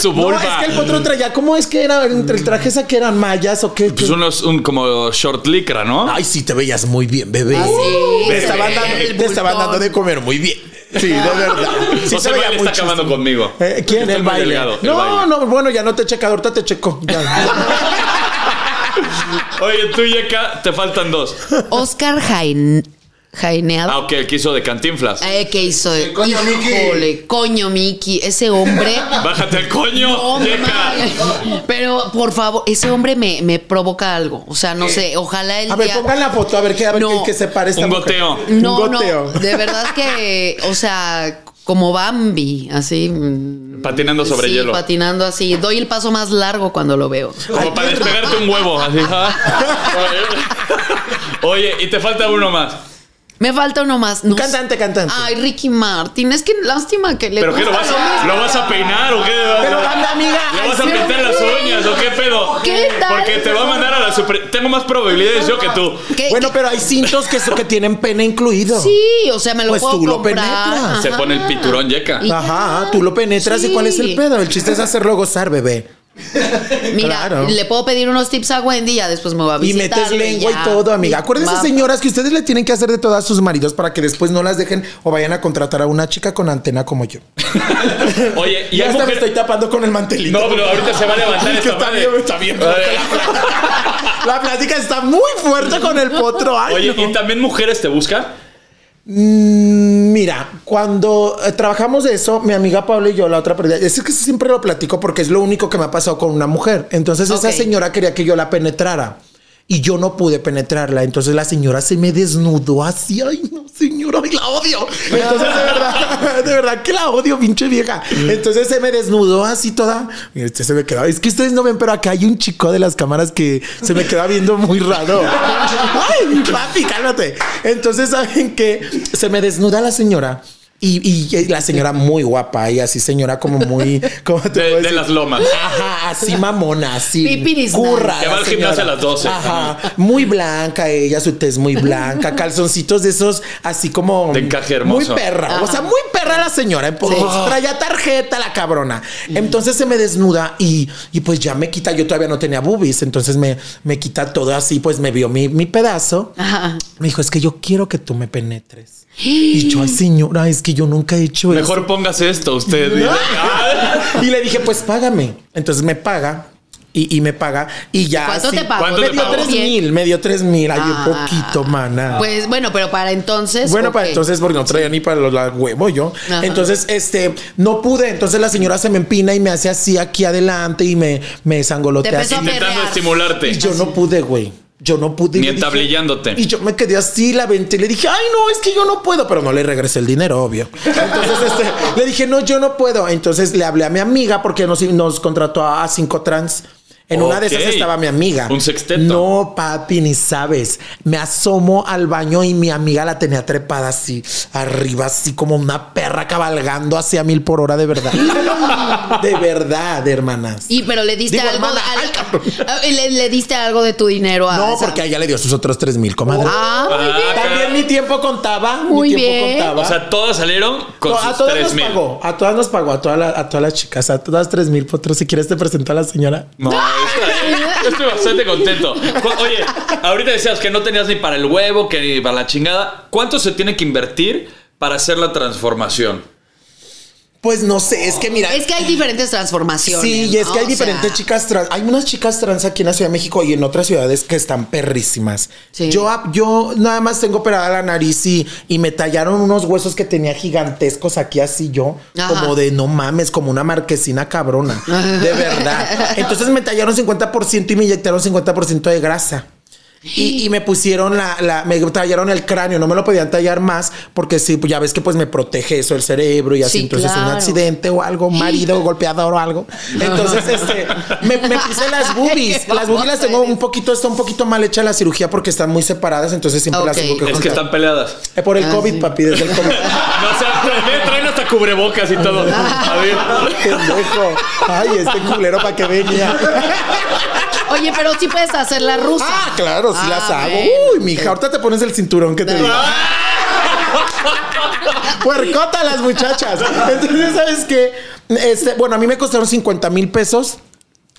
[SPEAKER 2] Su
[SPEAKER 3] No,
[SPEAKER 2] vulva.
[SPEAKER 3] es que el potro traía, ¿cómo es que era entre el traje esa que eran mayas o qué?
[SPEAKER 2] Pues unos, un como short licra, ¿no?
[SPEAKER 3] Ay, sí, te veías muy bien, bebé.
[SPEAKER 4] Ah, sí,
[SPEAKER 3] te, estaban
[SPEAKER 4] bebé,
[SPEAKER 3] dando,
[SPEAKER 4] el
[SPEAKER 3] te estaban
[SPEAKER 4] bultón.
[SPEAKER 3] dando de comer muy bien. Sí, de verdad. Sí,
[SPEAKER 2] José
[SPEAKER 3] se veía
[SPEAKER 2] Baile
[SPEAKER 3] muy
[SPEAKER 2] está acabando
[SPEAKER 3] chistoso.
[SPEAKER 2] conmigo.
[SPEAKER 3] Eh, ¿Quién?
[SPEAKER 2] Estoy
[SPEAKER 3] El
[SPEAKER 2] muy
[SPEAKER 3] baile.
[SPEAKER 2] delgado, el
[SPEAKER 3] no,
[SPEAKER 2] baile.
[SPEAKER 3] no, bueno, ya no te checa, ahorita te checo. Ya.
[SPEAKER 2] Oye, tú y acá te faltan dos.
[SPEAKER 4] Oscar Jain, Jaineado.
[SPEAKER 2] Ah, ok, el que hizo de cantinflas.
[SPEAKER 4] Eh, ¿Qué hizo?
[SPEAKER 8] El coño
[SPEAKER 4] Híjole, coño Miki, ese hombre.
[SPEAKER 2] Bájate el coño,
[SPEAKER 4] No
[SPEAKER 2] Yeca.
[SPEAKER 4] mames. Pero por favor, ese hombre me, me provoca algo. O sea, no sé, ojalá el
[SPEAKER 3] A ver,
[SPEAKER 4] día-
[SPEAKER 3] pongan la foto, a ver qué, a ver
[SPEAKER 4] No.
[SPEAKER 3] qué- qué se pare esta
[SPEAKER 2] Un
[SPEAKER 3] mujer.
[SPEAKER 2] goteo.
[SPEAKER 4] No,
[SPEAKER 3] Un
[SPEAKER 4] no,
[SPEAKER 3] goteo.
[SPEAKER 4] de verdad que, o sea, como Bambi, así. mm,
[SPEAKER 2] Patinando sobre
[SPEAKER 4] sí,
[SPEAKER 2] hielo.
[SPEAKER 4] patinando así. Doy el paso más largo cuando lo veo.
[SPEAKER 2] Como para despegarte un huevo. así, ah. Oye, y te falta uno más.
[SPEAKER 4] Me falta uno más. No sé.
[SPEAKER 3] Cantante, cantante.
[SPEAKER 4] Ay, Ricky Martin, es que lástima que le
[SPEAKER 2] ¿Pero qué lo
[SPEAKER 4] gusta
[SPEAKER 2] vas
[SPEAKER 4] lo
[SPEAKER 2] a,
[SPEAKER 4] mismo.
[SPEAKER 2] lo vas a peinar o qué?
[SPEAKER 3] Pero anda, amiga.
[SPEAKER 2] ¿Le vas a
[SPEAKER 3] ay, sí,
[SPEAKER 2] pintar las uñas o qué pedo?
[SPEAKER 4] ¿Qué tal?
[SPEAKER 2] Porque te va a mandar a la super. Tengo más probabilidades yo que tú.
[SPEAKER 4] ¿Qué-
[SPEAKER 3] Bueno,
[SPEAKER 4] qué-
[SPEAKER 3] pero hay cintos que, so- que tienen pene incluido.
[SPEAKER 4] Sí, o sea, me lo
[SPEAKER 3] Pues
[SPEAKER 4] puedo
[SPEAKER 3] tú lo
[SPEAKER 4] comprar.
[SPEAKER 3] penetras.
[SPEAKER 2] Se
[SPEAKER 4] Ajá.
[SPEAKER 2] pone el piturón yeca.
[SPEAKER 4] Y-
[SPEAKER 3] Ajá, tú lo penetras
[SPEAKER 4] Sí.
[SPEAKER 3] y cuál es el pedo. El chiste es hacerlo gozar, bebé.
[SPEAKER 4] Mira,
[SPEAKER 3] Claro.
[SPEAKER 4] le puedo pedir unos tips a Wendy y ya después me va a
[SPEAKER 3] Y
[SPEAKER 4] visitar.
[SPEAKER 3] metes lengua
[SPEAKER 4] ya.
[SPEAKER 3] y todo, amiga. Acuérdense,
[SPEAKER 4] Va-
[SPEAKER 3] señoras, que ustedes le tienen que hacer de todas sus maridos para que después no las dejen o vayan a contratar a una chica con antena como yo.
[SPEAKER 2] Oye, y
[SPEAKER 3] ya
[SPEAKER 2] hay
[SPEAKER 3] hasta me
[SPEAKER 2] mujeres-
[SPEAKER 3] estoy tapando con el mantelito.
[SPEAKER 2] No, pero ahorita se va a levantar
[SPEAKER 3] Es que
[SPEAKER 2] esta
[SPEAKER 3] está
[SPEAKER 2] madre.
[SPEAKER 3] bien, está bien.
[SPEAKER 2] Oye,
[SPEAKER 3] La plática está muy fuerte con el potro. Ay, no.
[SPEAKER 2] Oye, ¿y también mujeres te buscan?
[SPEAKER 3] Mm, Mira, cuando eh, trabajamos de eso, mi amiga Pablo y yo, la otra perdida, es que siempre lo platico porque es lo único que me ha pasado con una mujer. Entonces
[SPEAKER 4] Ok.
[SPEAKER 3] esa señora quería que yo la penetrara y yo no pude penetrarla. Entonces la señora se me desnudó así. Ay, no, señora, ay, la odio. Entonces de verdad, de verdad que la odio, pinche vieja. Entonces se me desnudó así toda. Y este se me quedaba. Es que ustedes no ven, pero acá hay un chico de las cámaras que se me queda viendo muy raro. Ay, papi, cálmate. Entonces, ¿saben que Se me desnuda la señora. Y, y la señora muy guapa y así señora como muy... ¿cómo te puedo
[SPEAKER 2] De, de
[SPEAKER 3] decir?
[SPEAKER 2] las lomas.
[SPEAKER 3] Ah, Ajá, así mamona, así.
[SPEAKER 4] Pipiris
[SPEAKER 3] Curra.
[SPEAKER 2] Que va
[SPEAKER 3] la
[SPEAKER 2] al gimnasio
[SPEAKER 3] señora.
[SPEAKER 2] a las 12.
[SPEAKER 3] Ajá. Muy blanca ella, su tez muy blanca. Calzoncitos de esos, así como.
[SPEAKER 2] De encaje hermoso.
[SPEAKER 3] Muy perra. O sea, muy perra la señora. en pocas. Traía tarjeta la cabrona. Entonces se me desnuda y, y pues ya me quita. Yo todavía no tenía boobies. Entonces me, me quita todo así. Pues me vio mi, mi pedazo.
[SPEAKER 4] Ajá.
[SPEAKER 3] Me dijo, es que yo quiero que tú me penetres. Y yo, ay, señora, es que yo nunca he hecho eso.
[SPEAKER 2] Mejor póngase esto usted. Ah,
[SPEAKER 3] Y le dije, pues págame. Entonces me paga. Y, y me paga y ya.
[SPEAKER 4] ¿Cuánto
[SPEAKER 3] así-
[SPEAKER 4] te pagó?
[SPEAKER 2] ¿Cuánto
[SPEAKER 3] Me
[SPEAKER 2] te
[SPEAKER 3] dio
[SPEAKER 2] pagó?
[SPEAKER 3] tres mil, me dio tres mil. Ay, un
[SPEAKER 4] Ah.
[SPEAKER 3] poquito, mana.
[SPEAKER 4] Pues bueno, pero para entonces.
[SPEAKER 3] Bueno, para
[SPEAKER 4] ok.
[SPEAKER 3] entonces, porque no traía ni para los la huevo yo.
[SPEAKER 4] Ajá.
[SPEAKER 3] Entonces, este, no pude. Entonces la señora se me empina y me hace así aquí adelante y me, me
[SPEAKER 4] Te
[SPEAKER 3] zangolotea así.
[SPEAKER 4] empezó a
[SPEAKER 2] Intentando
[SPEAKER 4] perrear.
[SPEAKER 2] estimularte.
[SPEAKER 3] Y yo no pude, güey. Yo no
[SPEAKER 2] Ni
[SPEAKER 3] pude. Y le dije-
[SPEAKER 2] entablillándote.
[SPEAKER 3] Y yo me quedé así, la vente y le dije, ay, no, es que yo no puedo. Pero no le regresé el dinero, obvio. Entonces este, le dije, no, yo no puedo. Entonces le hablé a mi amiga porque nos, nos contrató a cinco trans. En una de
[SPEAKER 2] Ok.
[SPEAKER 3] esas estaba mi amiga.
[SPEAKER 2] Un sexteto.
[SPEAKER 3] No, papi, ni sabes. Me asomo al baño y mi amiga la tenía trepada así, arriba, así como una perra cabalgando hacia mil por hora, de verdad. de verdad, hermanas.
[SPEAKER 4] Y pero le diste
[SPEAKER 3] Digo,
[SPEAKER 4] algo.
[SPEAKER 3] hermana,
[SPEAKER 4] al-
[SPEAKER 3] ay, cabrón.
[SPEAKER 4] Ah, le, le diste algo de tu dinero a.
[SPEAKER 3] No,
[SPEAKER 4] esa-
[SPEAKER 3] porque a ella le dio sus otros tres mil, comadre.
[SPEAKER 4] Ah, muy bien.
[SPEAKER 2] Ah,
[SPEAKER 3] También mi tiempo contaba.
[SPEAKER 4] Muy
[SPEAKER 3] mi tiempo
[SPEAKER 4] bien.
[SPEAKER 3] contaba.
[SPEAKER 2] O sea, todas salieron con
[SPEAKER 3] No, a
[SPEAKER 2] sus
[SPEAKER 3] todas nos
[SPEAKER 2] 3 mil.
[SPEAKER 3] pagó, a todas nos pagó, a, todas la- a todas las chicas, a todas tres mil potros. Si quieres te presento a la señora.
[SPEAKER 2] No, esta- yo estoy bastante contento. Cu- Oye, ahorita decías que no tenías ni para el huevo, que ni para la chingada. ¿Cuánto se tiene que invertir para hacer la transformación?
[SPEAKER 3] Pues no sé, es que mira.
[SPEAKER 4] Es que hay diferentes transformaciones.
[SPEAKER 3] Sí, y es
[SPEAKER 4] ¿no?
[SPEAKER 3] que hay
[SPEAKER 4] O
[SPEAKER 3] diferentes
[SPEAKER 4] sea,
[SPEAKER 3] chicas trans. Hay unas chicas trans aquí en la Ciudad de México y en otras ciudades que están perrísimas.
[SPEAKER 4] Sí.
[SPEAKER 3] Yo, ap- yo nada más tengo operada la nariz y, y me tallaron unos huesos que tenía gigantescos aquí así yo.
[SPEAKER 4] Ajá.
[SPEAKER 3] Como de no mames, como una marquesina cabrona. De verdad. Entonces me tallaron 50% y me inyectaron 50% de grasa. Y, y me pusieron la, la- me tallaron el cráneo, no me lo podían tallar más porque sí, pues ya ves que pues me protege eso el cerebro y así.
[SPEAKER 4] Sí,
[SPEAKER 3] entonces un
[SPEAKER 4] claro.
[SPEAKER 3] accidente o algo, un marido golpeador o algo. Entonces este, me, me puse las boobies.
[SPEAKER 4] Qué
[SPEAKER 3] las boobies las tengo
[SPEAKER 4] babosa
[SPEAKER 3] un poquito, está un poquito mal hecha la cirugía porque están muy separadas, entonces siempre las
[SPEAKER 4] Ok.
[SPEAKER 3] tengo que
[SPEAKER 2] Es que
[SPEAKER 3] juntar.
[SPEAKER 2] están peleadas.
[SPEAKER 3] Eh, Por el
[SPEAKER 4] Ah,
[SPEAKER 3] COVID,
[SPEAKER 4] sí.
[SPEAKER 3] papi, desde el COVID.
[SPEAKER 2] No, o sea, traen, traen hasta cubrebocas y todo. A ver.
[SPEAKER 3] Pendejo. Ay, este culero para que venía.
[SPEAKER 4] Oye, pero sí puedes hacer la rusa.
[SPEAKER 3] Ah, claro, sí
[SPEAKER 4] Ah,
[SPEAKER 3] las hago.
[SPEAKER 4] bueno.
[SPEAKER 3] Uy, mija, ahorita te pones el cinturón que te digo. Puercota las muchachas. Entonces, ¿sabes qué? Este, bueno, a mí me costaron 50 mil pesos.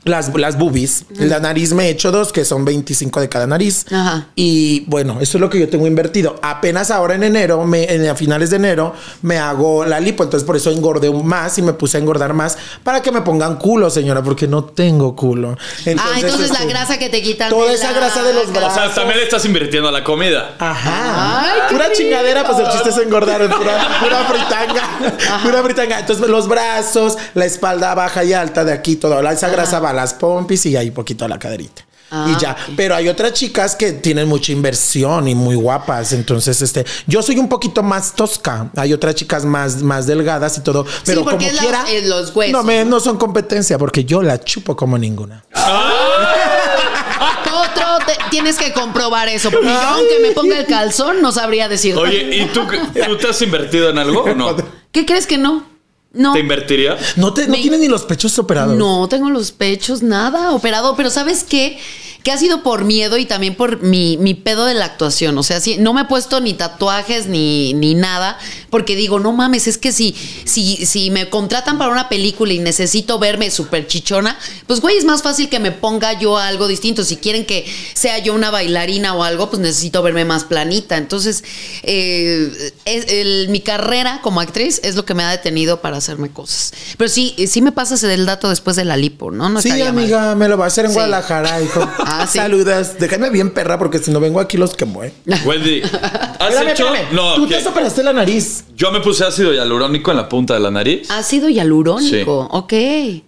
[SPEAKER 3] Las, las boobies, la nariz me he hecho dos, que son 25 de cada nariz.
[SPEAKER 4] Ajá.
[SPEAKER 3] Y bueno, eso es lo que yo tengo invertido. Apenas ahora en enero, me, en, a finales de enero, me hago la lipo. Entonces por eso engordé más y me puse a engordar más para que me pongan culo, señora, porque no tengo culo.
[SPEAKER 4] ah, entonces la
[SPEAKER 3] este,
[SPEAKER 4] grasa que te quitan.
[SPEAKER 3] toda
[SPEAKER 4] de
[SPEAKER 3] esa
[SPEAKER 4] la-
[SPEAKER 3] grasa de los
[SPEAKER 2] O
[SPEAKER 3] brazos.
[SPEAKER 2] sea, también le estás invirtiendo a la comida.
[SPEAKER 3] Ajá.
[SPEAKER 4] Ay, qué
[SPEAKER 3] pura
[SPEAKER 4] rico.
[SPEAKER 3] chingadera, pues el chiste es engordar, pura, pura fritanga. Pura fritanga. Entonces, los brazos, la espalda baja y alta de aquí, toda la- esa grasa va a las pompis y ahí poquito a la caderita.
[SPEAKER 4] Ah,
[SPEAKER 3] y ya,
[SPEAKER 4] ok.
[SPEAKER 3] pero hay otras chicas que tienen mucha inversión y muy guapas. Entonces, este, yo soy un poquito más tosca. Hay otras chicas más, más delgadas y todo, pero
[SPEAKER 4] porque
[SPEAKER 3] como
[SPEAKER 4] es la-
[SPEAKER 3] quiera,
[SPEAKER 4] es los huesos,
[SPEAKER 3] no me, no son competencia porque yo la chupo como ninguna.
[SPEAKER 4] Otro, te- tienes que comprobar eso. Porque yo,
[SPEAKER 3] Ay.
[SPEAKER 4] aunque me ponga el calzón, no sabría decir.
[SPEAKER 2] Oye, ¿y tú, tú te has invertido en algo o no?
[SPEAKER 4] ¿Qué crees que no? No.
[SPEAKER 2] ¿Te invertirías?
[SPEAKER 3] No te, no
[SPEAKER 4] Me-
[SPEAKER 3] tienes ni los pechos operados.
[SPEAKER 4] No tengo los pechos, nada operado, pero ¿sabes qué? Que ha sido por miedo y también por mi, mi pedo de la actuación. O sea, sí, no me he puesto ni tatuajes ni, ni nada, porque digo, no mames, es que si, si, si me contratan para una película y necesito verme súper chichona, pues güey, es más fácil que me ponga yo algo distinto. Si quieren que sea yo una bailarina o algo, pues necesito verme más planita. Entonces, eh, es- el- mi carrera como actriz es lo que me ha detenido para hacerme cosas. Pero sí, eh, sí me pasas el dato después de la lipo, ¿no? no
[SPEAKER 3] Sí,
[SPEAKER 4] estaría mal.
[SPEAKER 3] amiga, me lo va a hacer en
[SPEAKER 4] Sí.
[SPEAKER 3] Guadalajara, hijo.
[SPEAKER 4] Ah, sí.
[SPEAKER 3] Saludas. Déjame bien, perra, porque si no vengo aquí los quemo, eh.
[SPEAKER 2] Wendy, ¿has
[SPEAKER 3] Espérame,
[SPEAKER 2] hecho?
[SPEAKER 3] espérame.
[SPEAKER 2] No,
[SPEAKER 3] Tú
[SPEAKER 2] ok.
[SPEAKER 3] te operaste la nariz.
[SPEAKER 2] yo me puse ácido hialurónico en la punta de la nariz
[SPEAKER 3] Ah.
[SPEAKER 4] Ha sido hialurónico, ok.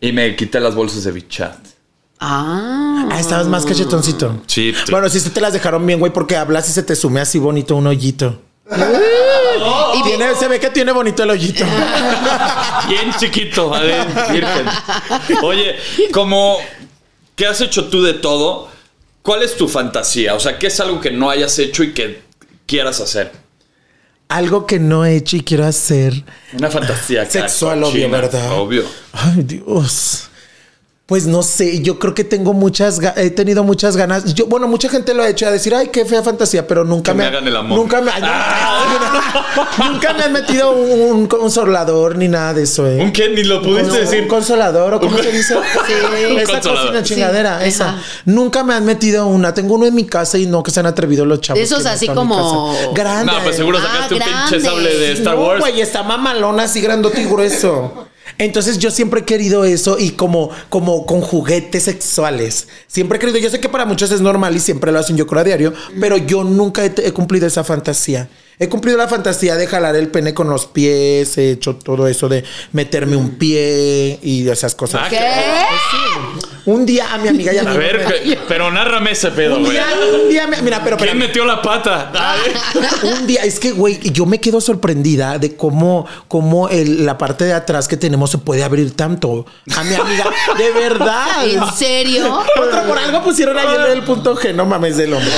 [SPEAKER 2] y me quité las bolsas de bichat.
[SPEAKER 4] Ah.
[SPEAKER 3] Ah, estabas más cachetoncito.
[SPEAKER 2] Sí, tú-
[SPEAKER 3] Bueno, sí, sí te las dejaron bien, güey, porque hablas y se te sume así bonito un hoyito.
[SPEAKER 4] Y vi-
[SPEAKER 3] Tiene- se ve que tiene bonito el hoyito.
[SPEAKER 2] Bien chiquito, a ver, virgen. Oye, como que has hecho tú de todo, ¿cuál es tu fantasía? O sea, ¿qué es algo que no hayas hecho y que quieras hacer?
[SPEAKER 3] Algo que no he hecho y quiero hacer.
[SPEAKER 2] Una fantasía. acá,
[SPEAKER 3] Sexual, obvio,
[SPEAKER 2] cochina,
[SPEAKER 3] ¿verdad?
[SPEAKER 2] Obvio.
[SPEAKER 3] Ay, Dios. Pues no sé, yo creo que tengo muchas, ga- he tenido muchas ganas. Yo, bueno, mucha gente lo ha hecho a decir, ay, qué fea fantasía, pero nunca
[SPEAKER 2] Que me hagan el amor.
[SPEAKER 3] Nunca me, ay, no, nunca me han metido un, un consolador ni nada de eso, ¿eh?
[SPEAKER 2] ¿Un qué? Ni lo pudiste
[SPEAKER 3] No,
[SPEAKER 2] decir.
[SPEAKER 3] Un consolador o cómo se dice.
[SPEAKER 4] Sí.
[SPEAKER 3] esa
[SPEAKER 2] consolador.
[SPEAKER 3] cocina chingadera,
[SPEAKER 4] Sí,
[SPEAKER 3] esa.
[SPEAKER 4] ajá.
[SPEAKER 3] Nunca me han metido una. Tengo uno en mi casa y no que se han atrevido los chavos.
[SPEAKER 4] Esos
[SPEAKER 3] que
[SPEAKER 4] así
[SPEAKER 3] meto a mi
[SPEAKER 4] como-
[SPEAKER 3] casa. Grande.
[SPEAKER 2] No, pues seguro
[SPEAKER 4] Ah,
[SPEAKER 2] sacaste un pinche
[SPEAKER 4] grande.
[SPEAKER 2] sable de Star
[SPEAKER 3] No,
[SPEAKER 2] Wars.
[SPEAKER 3] güey, está mamalona así grandote y grueso. Entonces yo siempre he querido eso y como, como con juguetes sexuales. Siempre he querido, yo sé que para muchos es normal y siempre lo hacen yo creo a diario, pero yo nunca he, he cumplido esa fantasía. He cumplido la fantasía de jalar el pene con los pies, he hecho todo eso de meterme un pie y esas cosas.
[SPEAKER 2] Ah,
[SPEAKER 4] ¿Qué?
[SPEAKER 3] Un día a mi amiga ya
[SPEAKER 2] A ver, que- pero nárrame ese pedo,
[SPEAKER 3] un Ah.
[SPEAKER 2] güey.
[SPEAKER 3] día, un día, me- mira, pero, pero
[SPEAKER 2] ¿Quién metió la pata? A ver.
[SPEAKER 3] un día, es que, güey, yo me quedo sorprendida de cómo, cómo el- la parte de atrás que tenemos se puede abrir tanto. A mi amiga, de verdad.
[SPEAKER 4] ¿En serio?
[SPEAKER 3] Otro, por algo pusieron ayer el punto G, no mames del hombre.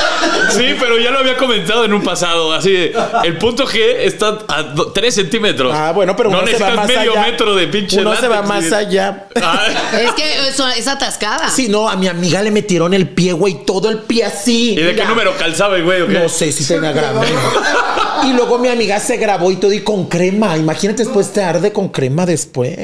[SPEAKER 2] Sí, pero ya lo había comentado en un pasado. Así de, el punto G está a 3 centímetros.
[SPEAKER 3] Ah, bueno, pero
[SPEAKER 2] no
[SPEAKER 3] uno se va
[SPEAKER 2] necesitas
[SPEAKER 3] más
[SPEAKER 2] medio
[SPEAKER 3] allá.
[SPEAKER 2] metro de pinche
[SPEAKER 3] Uno se va
[SPEAKER 2] látex,
[SPEAKER 3] más
[SPEAKER 2] güey.
[SPEAKER 3] allá.
[SPEAKER 2] Ah,
[SPEAKER 4] Es que eso- es atascada.
[SPEAKER 3] Sí, no, a mi amiga le metieron el pie, güey, todo el pie así.
[SPEAKER 2] ¿Y de qué
[SPEAKER 3] Mira.
[SPEAKER 2] número calzaba, el güey? o qué?
[SPEAKER 3] No sé si tenía grande. Y luego mi amiga se grabó y todo y con crema. Imagínate después te arde con crema después.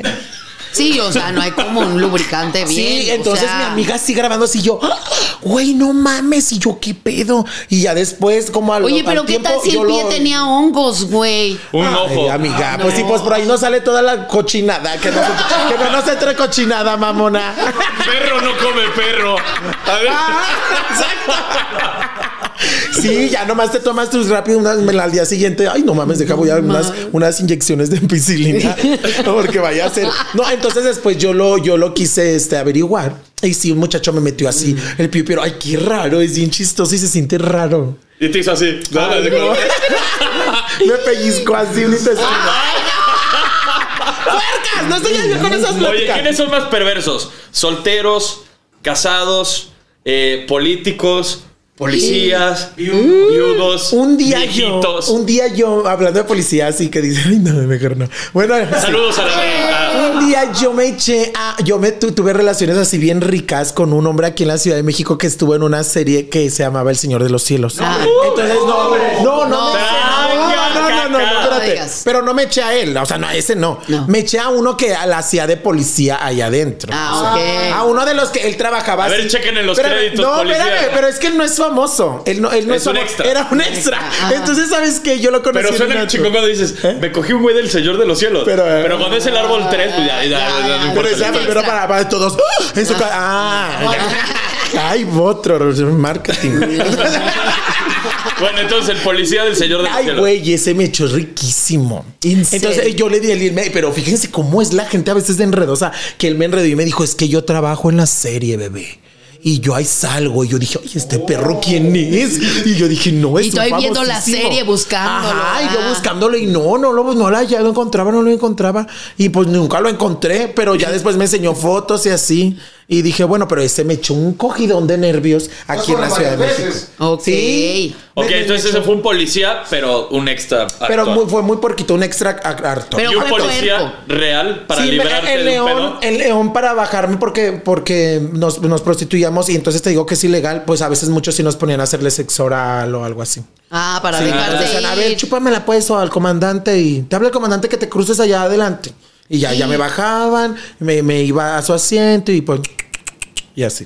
[SPEAKER 4] Sí, o sea, no hay como un lubricante bien.
[SPEAKER 3] sí,
[SPEAKER 4] o
[SPEAKER 3] entonces
[SPEAKER 4] sea,
[SPEAKER 3] mi amiga así grabando así yo, ¡ah! güey, no mames, y yo qué pedo. Y ya después como al
[SPEAKER 4] Oye,
[SPEAKER 3] al
[SPEAKER 4] pero ¿qué
[SPEAKER 3] tiempo,
[SPEAKER 4] tal si
[SPEAKER 3] yo
[SPEAKER 4] el pie
[SPEAKER 3] lo-
[SPEAKER 4] tenía hongos, güey?
[SPEAKER 2] Un
[SPEAKER 3] Ay,
[SPEAKER 2] ojo.
[SPEAKER 3] amiga,
[SPEAKER 4] No.
[SPEAKER 3] pues sí, pues por ahí no sale toda la cochinada. Que no, se- que no nos entre cochinada, mamona.
[SPEAKER 2] Perro no come perro. A ver.
[SPEAKER 3] Ah. Sí, ya nomás te tomas tus rápido unas, al día siguiente. Ay, no mames, deja voy a dar unas, unas inyecciones de ampicilina porque vaya a ser. No, entonces después yo lo, yo lo quise este, averiguar. Y sí, un muchacho me metió así el pie, pero ay, qué raro, es bien chistoso y se siente raro.
[SPEAKER 2] Y te hizo así.
[SPEAKER 3] Ay,
[SPEAKER 2] Dale,
[SPEAKER 3] no.
[SPEAKER 2] como-
[SPEAKER 3] me pellizco así un intestino. ¡Puercas! No estoy yo con esas
[SPEAKER 2] Oye,
[SPEAKER 3] pláticas.
[SPEAKER 2] ¿quiénes son más perversos? ¿Solteros? ¿Casados? eh, ¿Políticos? ¿Policías? ¿Viudos?
[SPEAKER 3] Uh, Un día
[SPEAKER 2] viejitos?
[SPEAKER 3] yo, un día yo, hablando de policía, así que dice, ay, no, mejor no. Bueno, sí.
[SPEAKER 2] Saludos a la a-
[SPEAKER 3] Un día yo me eché a. Yo me tu- tuve relaciones así bien ricas con un hombre aquí en la Ciudad de México que estuvo en una serie que se llamaba El Señor de los Cielos.
[SPEAKER 4] Ah.
[SPEAKER 3] Entonces, no, no, no, no, no, no, no, no, no,
[SPEAKER 4] No
[SPEAKER 3] espérate.
[SPEAKER 4] digas.
[SPEAKER 3] Pero no me eché a él, o sea, no, a ese no.
[SPEAKER 4] No.
[SPEAKER 3] Me eché a uno que la hacía de policía allá adentro.
[SPEAKER 4] Ah,
[SPEAKER 3] O sea,
[SPEAKER 4] ok.
[SPEAKER 3] A uno de los que él trabajaba.
[SPEAKER 2] A ver,
[SPEAKER 3] así.
[SPEAKER 2] chequen en los
[SPEAKER 3] Espérame,
[SPEAKER 2] créditos,
[SPEAKER 3] No,
[SPEAKER 2] policía.
[SPEAKER 3] espérame, pero es que él no es famoso. Él no, él no
[SPEAKER 2] Es
[SPEAKER 3] es,
[SPEAKER 2] un
[SPEAKER 3] famoso.
[SPEAKER 2] extra.
[SPEAKER 3] Era un extra.
[SPEAKER 4] Ajá.
[SPEAKER 3] Entonces, ¿sabes qué? Yo lo conocí.
[SPEAKER 2] Pero
[SPEAKER 3] en
[SPEAKER 2] suena
[SPEAKER 3] una-
[SPEAKER 2] el chingón cuando dices,
[SPEAKER 3] ¿Eh?
[SPEAKER 2] me cogí un güey del Señor de los Cielos. Pero,
[SPEAKER 3] Pero, eh,
[SPEAKER 2] cuando es el árbol 3, pues ya, ya, ya,
[SPEAKER 4] ya,
[SPEAKER 2] ya, no
[SPEAKER 4] ya.
[SPEAKER 2] importa.
[SPEAKER 3] Pero ya,
[SPEAKER 4] Extra.
[SPEAKER 3] pero para, para todos. ¡Ah! En su ca- Ah, ya. Ay, otro marketing.
[SPEAKER 2] Bueno, entonces el policía del Señor de los
[SPEAKER 3] Ay,
[SPEAKER 2] Cielos.
[SPEAKER 3] güey, ese me echó riquísimo.
[SPEAKER 4] ¿En
[SPEAKER 3] Entonces eh,
[SPEAKER 4] serio?
[SPEAKER 3] yo le di el irme, pero fíjense cómo es la gente a veces de enredosa, que él me enredó y me dijo, es que yo trabajo en la serie, bebé. Y yo ahí salgo y yo dije, oye, este perro, ¿quién es? Y yo dije, no, es
[SPEAKER 4] Y
[SPEAKER 3] un
[SPEAKER 4] estoy viendo la
[SPEAKER 3] famosísimo".
[SPEAKER 4] serie, buscándolo,
[SPEAKER 3] Ajá, y yo
[SPEAKER 4] ah.
[SPEAKER 3] buscándolo y no, no lo, no la, ya lo encontraba, no lo encontraba. Y pues nunca lo encontré, pero ya después me enseñó fotos y así. Y dije, bueno, pero ese me echó un cogidón de nervios aquí en la Ciudad de México.
[SPEAKER 4] Ok.
[SPEAKER 3] Sí.
[SPEAKER 2] Ok,
[SPEAKER 3] Me- me-
[SPEAKER 2] entonces
[SPEAKER 3] me
[SPEAKER 2] ese
[SPEAKER 3] echó-
[SPEAKER 2] fue un policía, pero un extra. actor.
[SPEAKER 3] pero muy- fue muy porquito, un extra ac- harto.
[SPEAKER 4] Pero
[SPEAKER 2] y un
[SPEAKER 4] fue
[SPEAKER 2] policía
[SPEAKER 4] puerco.
[SPEAKER 2] real para
[SPEAKER 3] Sí, me-
[SPEAKER 2] liberarte
[SPEAKER 3] el
[SPEAKER 2] de un
[SPEAKER 3] león,
[SPEAKER 2] pedo.
[SPEAKER 3] el león para bajarme porque, porque nos, nos prostituíamos y entonces te digo que es ilegal, pues a veces muchos sí nos ponían a hacerle sexo oral o algo así.
[SPEAKER 4] Ah, para
[SPEAKER 3] Sí,
[SPEAKER 4] dejarte
[SPEAKER 3] entonces decían,
[SPEAKER 4] ir.
[SPEAKER 3] a ver, chúpamela pues o al comandante y te habla el comandante que te cruces allá adelante. Y ya, ya me bajaban, me, me iba a su asiento y pues... Y así.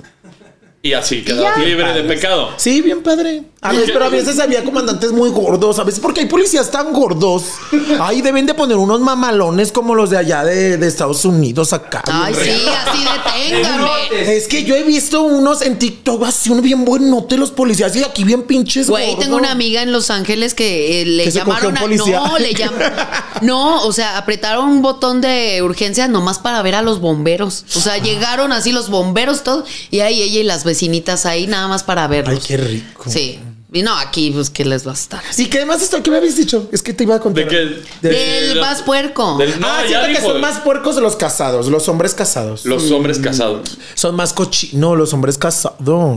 [SPEAKER 2] Y así quedó libre de pecado.
[SPEAKER 3] Ah, Sí, bien padre. A veces, pero a veces había comandantes muy gordos. A veces, porque hay policías tan gordos. Ahí deben de poner unos mamalones como los de allá de, de Estados Unidos acá.
[SPEAKER 4] Ay, sí, así deténgame.
[SPEAKER 3] Es que yo he visto unos en TikTok así, uno bien buenote, los policías, y aquí bien pinches.
[SPEAKER 4] Güey,
[SPEAKER 3] gordos.
[SPEAKER 4] tengo una amiga en Los Ángeles que eh, le
[SPEAKER 3] Que se cogió
[SPEAKER 4] llamaron
[SPEAKER 3] un
[SPEAKER 4] a-
[SPEAKER 3] policía.
[SPEAKER 4] No, le llamaron. No, o sea, apretaron un botón de urgencia nomás para ver a los bomberos. O sea, llegaron así los bomberos todos y ahí ella y las vecinitas ahí nada más para verlos.
[SPEAKER 3] Ay, qué rico.
[SPEAKER 4] Sí. Y no, aquí pues que les va a estar.
[SPEAKER 3] Y que además esto que me habéis dicho, es que te iba a contar.
[SPEAKER 2] De que.
[SPEAKER 4] Del
[SPEAKER 2] de-
[SPEAKER 4] más puerco.
[SPEAKER 2] del- no,
[SPEAKER 3] ah,
[SPEAKER 2] ya
[SPEAKER 3] siento que
[SPEAKER 2] dijo.
[SPEAKER 3] son más Mm. puercos los casados, los hombres casados.
[SPEAKER 2] Los hombres casados.
[SPEAKER 3] Son más cochi... No, los hombres casados.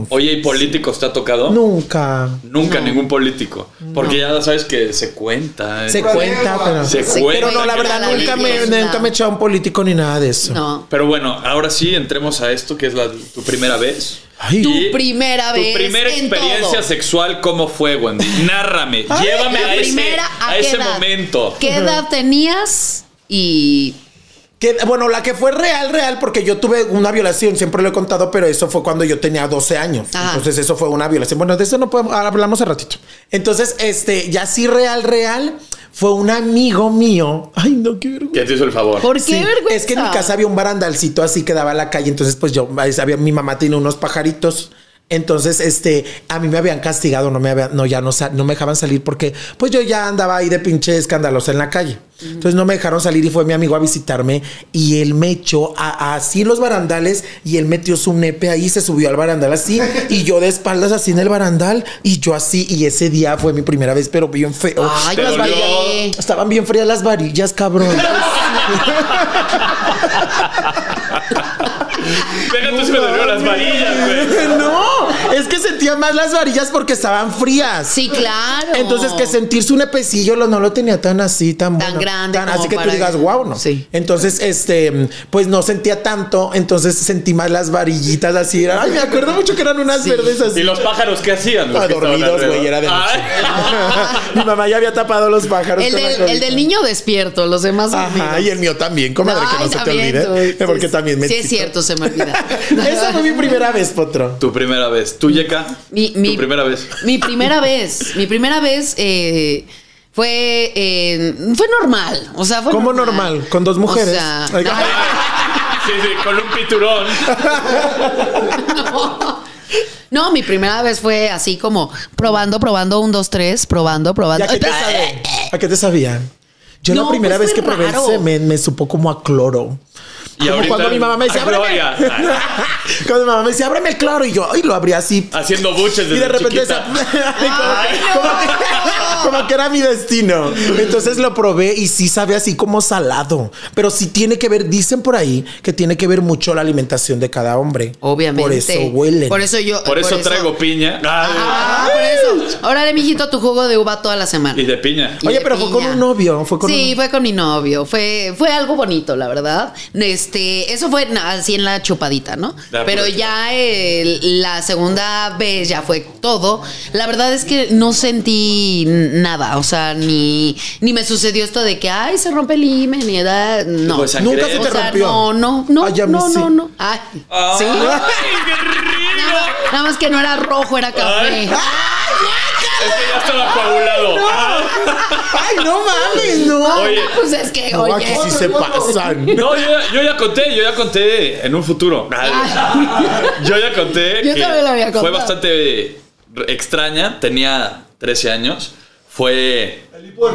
[SPEAKER 2] Oye, ¿y políticos te ha tocado?
[SPEAKER 3] Nunca.
[SPEAKER 2] Nunca ningún político. Porque ya sabes que se cuenta. ¿eh?
[SPEAKER 3] Se cuenta, pero.
[SPEAKER 2] Se
[SPEAKER 4] Se
[SPEAKER 2] cuenta.
[SPEAKER 3] Pero no, la
[SPEAKER 2] que
[SPEAKER 3] verdad,
[SPEAKER 2] los
[SPEAKER 3] nunca me,
[SPEAKER 2] políticos-
[SPEAKER 4] nada.
[SPEAKER 3] nunca me he echado a un político ni nada de eso.
[SPEAKER 4] No.
[SPEAKER 2] Pero bueno, ahora sí, entremos a esto que es la, tu primera vez.
[SPEAKER 3] Ay.
[SPEAKER 4] Tu
[SPEAKER 2] Y
[SPEAKER 4] primera vez
[SPEAKER 2] Tu primera
[SPEAKER 4] en
[SPEAKER 2] experiencia
[SPEAKER 4] todo.
[SPEAKER 2] sexual, ¿cómo fue, Wendy? Nárrame.
[SPEAKER 3] Ay,
[SPEAKER 2] llévame
[SPEAKER 4] La
[SPEAKER 2] a ese,
[SPEAKER 4] primera,
[SPEAKER 2] a
[SPEAKER 4] qué
[SPEAKER 2] ese
[SPEAKER 4] edad?
[SPEAKER 2] momento.
[SPEAKER 4] ¿Qué edad tenías? Y
[SPEAKER 3] Que, bueno, la que fue real, real, porque yo tuve una violación, siempre lo he contado, pero eso fue cuando yo tenía 12 años.
[SPEAKER 4] Ajá.
[SPEAKER 3] Entonces, eso fue una violación. Bueno, de eso no podemos, ahora hablamos al ratito. Entonces, este, ya sí, real, real, fue un amigo mío. Ay, no, qué vergüenza.
[SPEAKER 2] ¿Quién te hizo el favor?
[SPEAKER 4] ¿por qué
[SPEAKER 3] Sí,
[SPEAKER 4] vergüenza?
[SPEAKER 3] Es que en mi casa había un barandalcito así que daba a la calle. Entonces, pues yo ahí sabía, mi mamá tiene unos pajaritos. Entonces, este, a mí me habían castigado, no me habían, no, ya no, sa- no me dejaban salir porque, pues yo ya andaba ahí de pinche escandalosa en la calle. Entonces no me dejaron salir y fue mi amigo a visitarme y él me echó a- así en los barandales y él metió su nepe ahí, se subió al barandal así y yo de espaldas así en el barandal y yo así y ese día fue mi primera vez, pero bien feo.
[SPEAKER 4] Ay,
[SPEAKER 2] Te
[SPEAKER 4] las
[SPEAKER 2] dolió.
[SPEAKER 4] valía.
[SPEAKER 3] Estaban bien frías las varillas, cabrón.
[SPEAKER 2] Venga, tú se me dolió las varillas, güey.
[SPEAKER 3] no, es que sentía más las varillas porque estaban frías.
[SPEAKER 4] Sí, claro.
[SPEAKER 3] Entonces que sentirse un nepecillo lo, no lo tenía tan así, tan,
[SPEAKER 4] Tan
[SPEAKER 3] bueno,
[SPEAKER 4] grande
[SPEAKER 3] tan-
[SPEAKER 4] como
[SPEAKER 3] así que tú
[SPEAKER 4] para-
[SPEAKER 3] digas, wow, no.
[SPEAKER 4] Sí.
[SPEAKER 3] Entonces, este, pues no sentía tanto, entonces sentí más las varillitas así. Era- Ay, me acuerdo mucho que eran unas
[SPEAKER 4] Sí.
[SPEAKER 3] verdes así.
[SPEAKER 2] ¿Y los pájaros qué hacían? Los
[SPEAKER 3] Ah,
[SPEAKER 2] que estaban
[SPEAKER 3] dormidos,
[SPEAKER 2] alrededor.
[SPEAKER 3] güey, era de noche.
[SPEAKER 2] Ay.
[SPEAKER 3] Mi mamá ya había tapado los pájaros.
[SPEAKER 4] El
[SPEAKER 3] con la
[SPEAKER 4] del,
[SPEAKER 3] colita.
[SPEAKER 4] el del niño despierto, los demás.
[SPEAKER 3] Ajá,
[SPEAKER 4] dormidos.
[SPEAKER 3] y el mío también, comadre, que no
[SPEAKER 4] Ay,
[SPEAKER 3] se te
[SPEAKER 4] también
[SPEAKER 3] olvide. eh,
[SPEAKER 4] tú.
[SPEAKER 3] Porque
[SPEAKER 4] Sí,
[SPEAKER 3] también me
[SPEAKER 4] Sí, es
[SPEAKER 3] excitó.
[SPEAKER 4] cierto, se me olvida.
[SPEAKER 3] Esa fue mi primera vez, Potro.
[SPEAKER 2] Tu primera vez. ¿Tú, Yeka?
[SPEAKER 4] Mi- mi-
[SPEAKER 2] Tu primera vez.
[SPEAKER 4] Mi primera vez, mi primera vez eh, fue eh, fue normal, o sea, fue
[SPEAKER 3] ¿Cómo normal? ¿Con dos mujeres?
[SPEAKER 4] O sea,
[SPEAKER 3] Ay,
[SPEAKER 4] no,
[SPEAKER 2] Sí, sí, con un piturón.
[SPEAKER 4] no. No, mi primera vez fue así como probando, probando, un, dos, tres, probando,
[SPEAKER 3] ¿Y
[SPEAKER 4] probando.
[SPEAKER 3] a qué te sabe? ¿A qué te sabía? Yo la
[SPEAKER 4] ah, eh, No,
[SPEAKER 3] primera
[SPEAKER 4] pues,
[SPEAKER 3] vez que
[SPEAKER 4] fue
[SPEAKER 3] probé el
[SPEAKER 4] raro.
[SPEAKER 3] semen me supo como a cloro.
[SPEAKER 2] Y
[SPEAKER 3] como
[SPEAKER 2] ahorita-
[SPEAKER 3] cuando mi mamá me decía,
[SPEAKER 2] Ay,
[SPEAKER 3] ábreme.
[SPEAKER 2] Gloria. Ay,
[SPEAKER 3] cuando mi mamá me decía, ábreme el cloro. Y yo, ay, lo abrí así.
[SPEAKER 2] Haciendo buches
[SPEAKER 3] Y
[SPEAKER 2] Ah, desde
[SPEAKER 3] de repente,
[SPEAKER 2] chiquita.
[SPEAKER 3] esa- Ay, como,
[SPEAKER 2] Ay,
[SPEAKER 3] como que, como que era mi destino. Entonces lo probé y sí sabe así como salado. Pero sí tiene que ver, dicen por ahí, que tiene que ver mucho la alimentación de cada hombre.
[SPEAKER 4] Obviamente.
[SPEAKER 3] Por eso huelen.
[SPEAKER 4] Por eso yo.
[SPEAKER 2] Por eso traigo piña. Ay.
[SPEAKER 4] Ah, por eso. Órale, mijito, tu jugo de uva toda la semana.
[SPEAKER 2] Y de piña.
[SPEAKER 4] Y
[SPEAKER 3] Oye,
[SPEAKER 4] de
[SPEAKER 3] pero fue con
[SPEAKER 4] piña.
[SPEAKER 3] un novio. Fue con
[SPEAKER 4] sí,
[SPEAKER 3] un-
[SPEAKER 4] fue con mi novio. Fue, fue algo bonito, la verdad. Este, eso fue na- así en la chupadita, ¿no?
[SPEAKER 2] La
[SPEAKER 4] Pero
[SPEAKER 2] pura
[SPEAKER 4] ya el- la segunda vez ya fue todo. La verdad es que no sentí nada. O sea, ni, ni me sucedió esto de que ay se rompe el himen ni edad. No.
[SPEAKER 2] Pues,
[SPEAKER 4] O
[SPEAKER 3] Nunca se
[SPEAKER 2] ¿Crees?
[SPEAKER 3] te
[SPEAKER 4] sea,
[SPEAKER 3] rompió.
[SPEAKER 4] no, no, no,
[SPEAKER 3] Ay, a mí
[SPEAKER 4] no,
[SPEAKER 3] sí.
[SPEAKER 4] no, no. Ay, sí.
[SPEAKER 2] Ay, qué rico.
[SPEAKER 4] Nada, nada más que no era rojo, era café.
[SPEAKER 2] Ay. Es que ya estaba coagulado.
[SPEAKER 3] Ay, no mames, no.
[SPEAKER 4] Ay,
[SPEAKER 2] Oye.
[SPEAKER 4] no, pues es que,
[SPEAKER 3] No,
[SPEAKER 4] oye.
[SPEAKER 3] aquí sí se pasan.
[SPEAKER 2] No, yo, ya- yo ya conté, yo ya conté en un futuro. Yo ya conté.
[SPEAKER 4] Yo
[SPEAKER 2] que
[SPEAKER 4] también lo había
[SPEAKER 2] Fue
[SPEAKER 4] contado.
[SPEAKER 2] bastante extraña. Tenía 13 años. Fue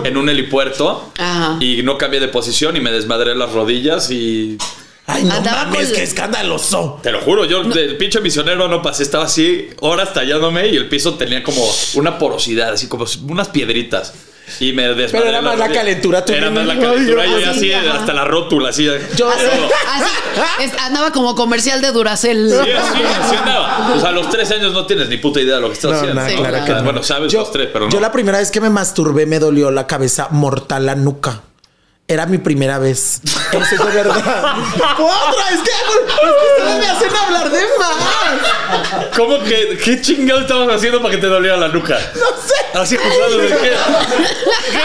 [SPEAKER 2] en un helipuerto
[SPEAKER 4] Ajá.
[SPEAKER 2] y no cambié de posición y me desmadré las rodillas y
[SPEAKER 3] Ay, no
[SPEAKER 4] Andaba
[SPEAKER 3] mames,
[SPEAKER 4] con-
[SPEAKER 3] qué escandaloso.
[SPEAKER 2] te lo juro, yo del pinche misionero no pasé, estaba así horas tallándome y el piso tenía como una porosidad, así como unas piedritas. Y me desmadré.
[SPEAKER 3] Pero era
[SPEAKER 2] las
[SPEAKER 3] más la
[SPEAKER 2] rodillas.
[SPEAKER 3] calentura, tú
[SPEAKER 2] Era más
[SPEAKER 3] bien-
[SPEAKER 2] la calentura,
[SPEAKER 3] Ay, Ah,
[SPEAKER 2] yo ya
[SPEAKER 4] así,
[SPEAKER 2] así
[SPEAKER 4] ajá.
[SPEAKER 2] hasta la rótula, así.
[SPEAKER 3] Yo-
[SPEAKER 4] Así, así, es- andaba como comercial de Duracell.
[SPEAKER 2] Sí, así, así andaba. O sea, a los tres años no tienes ni puta idea de lo que estás
[SPEAKER 3] No,
[SPEAKER 2] haciendo.
[SPEAKER 3] nada,
[SPEAKER 4] Sí,
[SPEAKER 3] claro
[SPEAKER 4] claro.
[SPEAKER 3] que no.
[SPEAKER 2] Bueno, sabes
[SPEAKER 3] yo,
[SPEAKER 2] los tres, pero no.
[SPEAKER 3] Yo la primera vez que me masturbé me dolió la cabeza mortal, la nuca. Era mi primera vez. Eso es de verdad. ¡Otra! Es que, es que ustedes me hacen hablar de más.
[SPEAKER 2] ¿Cómo que qué chingado estabas haciendo para que te doliera la nuca?
[SPEAKER 3] No sé.
[SPEAKER 2] Así juzgado de qué.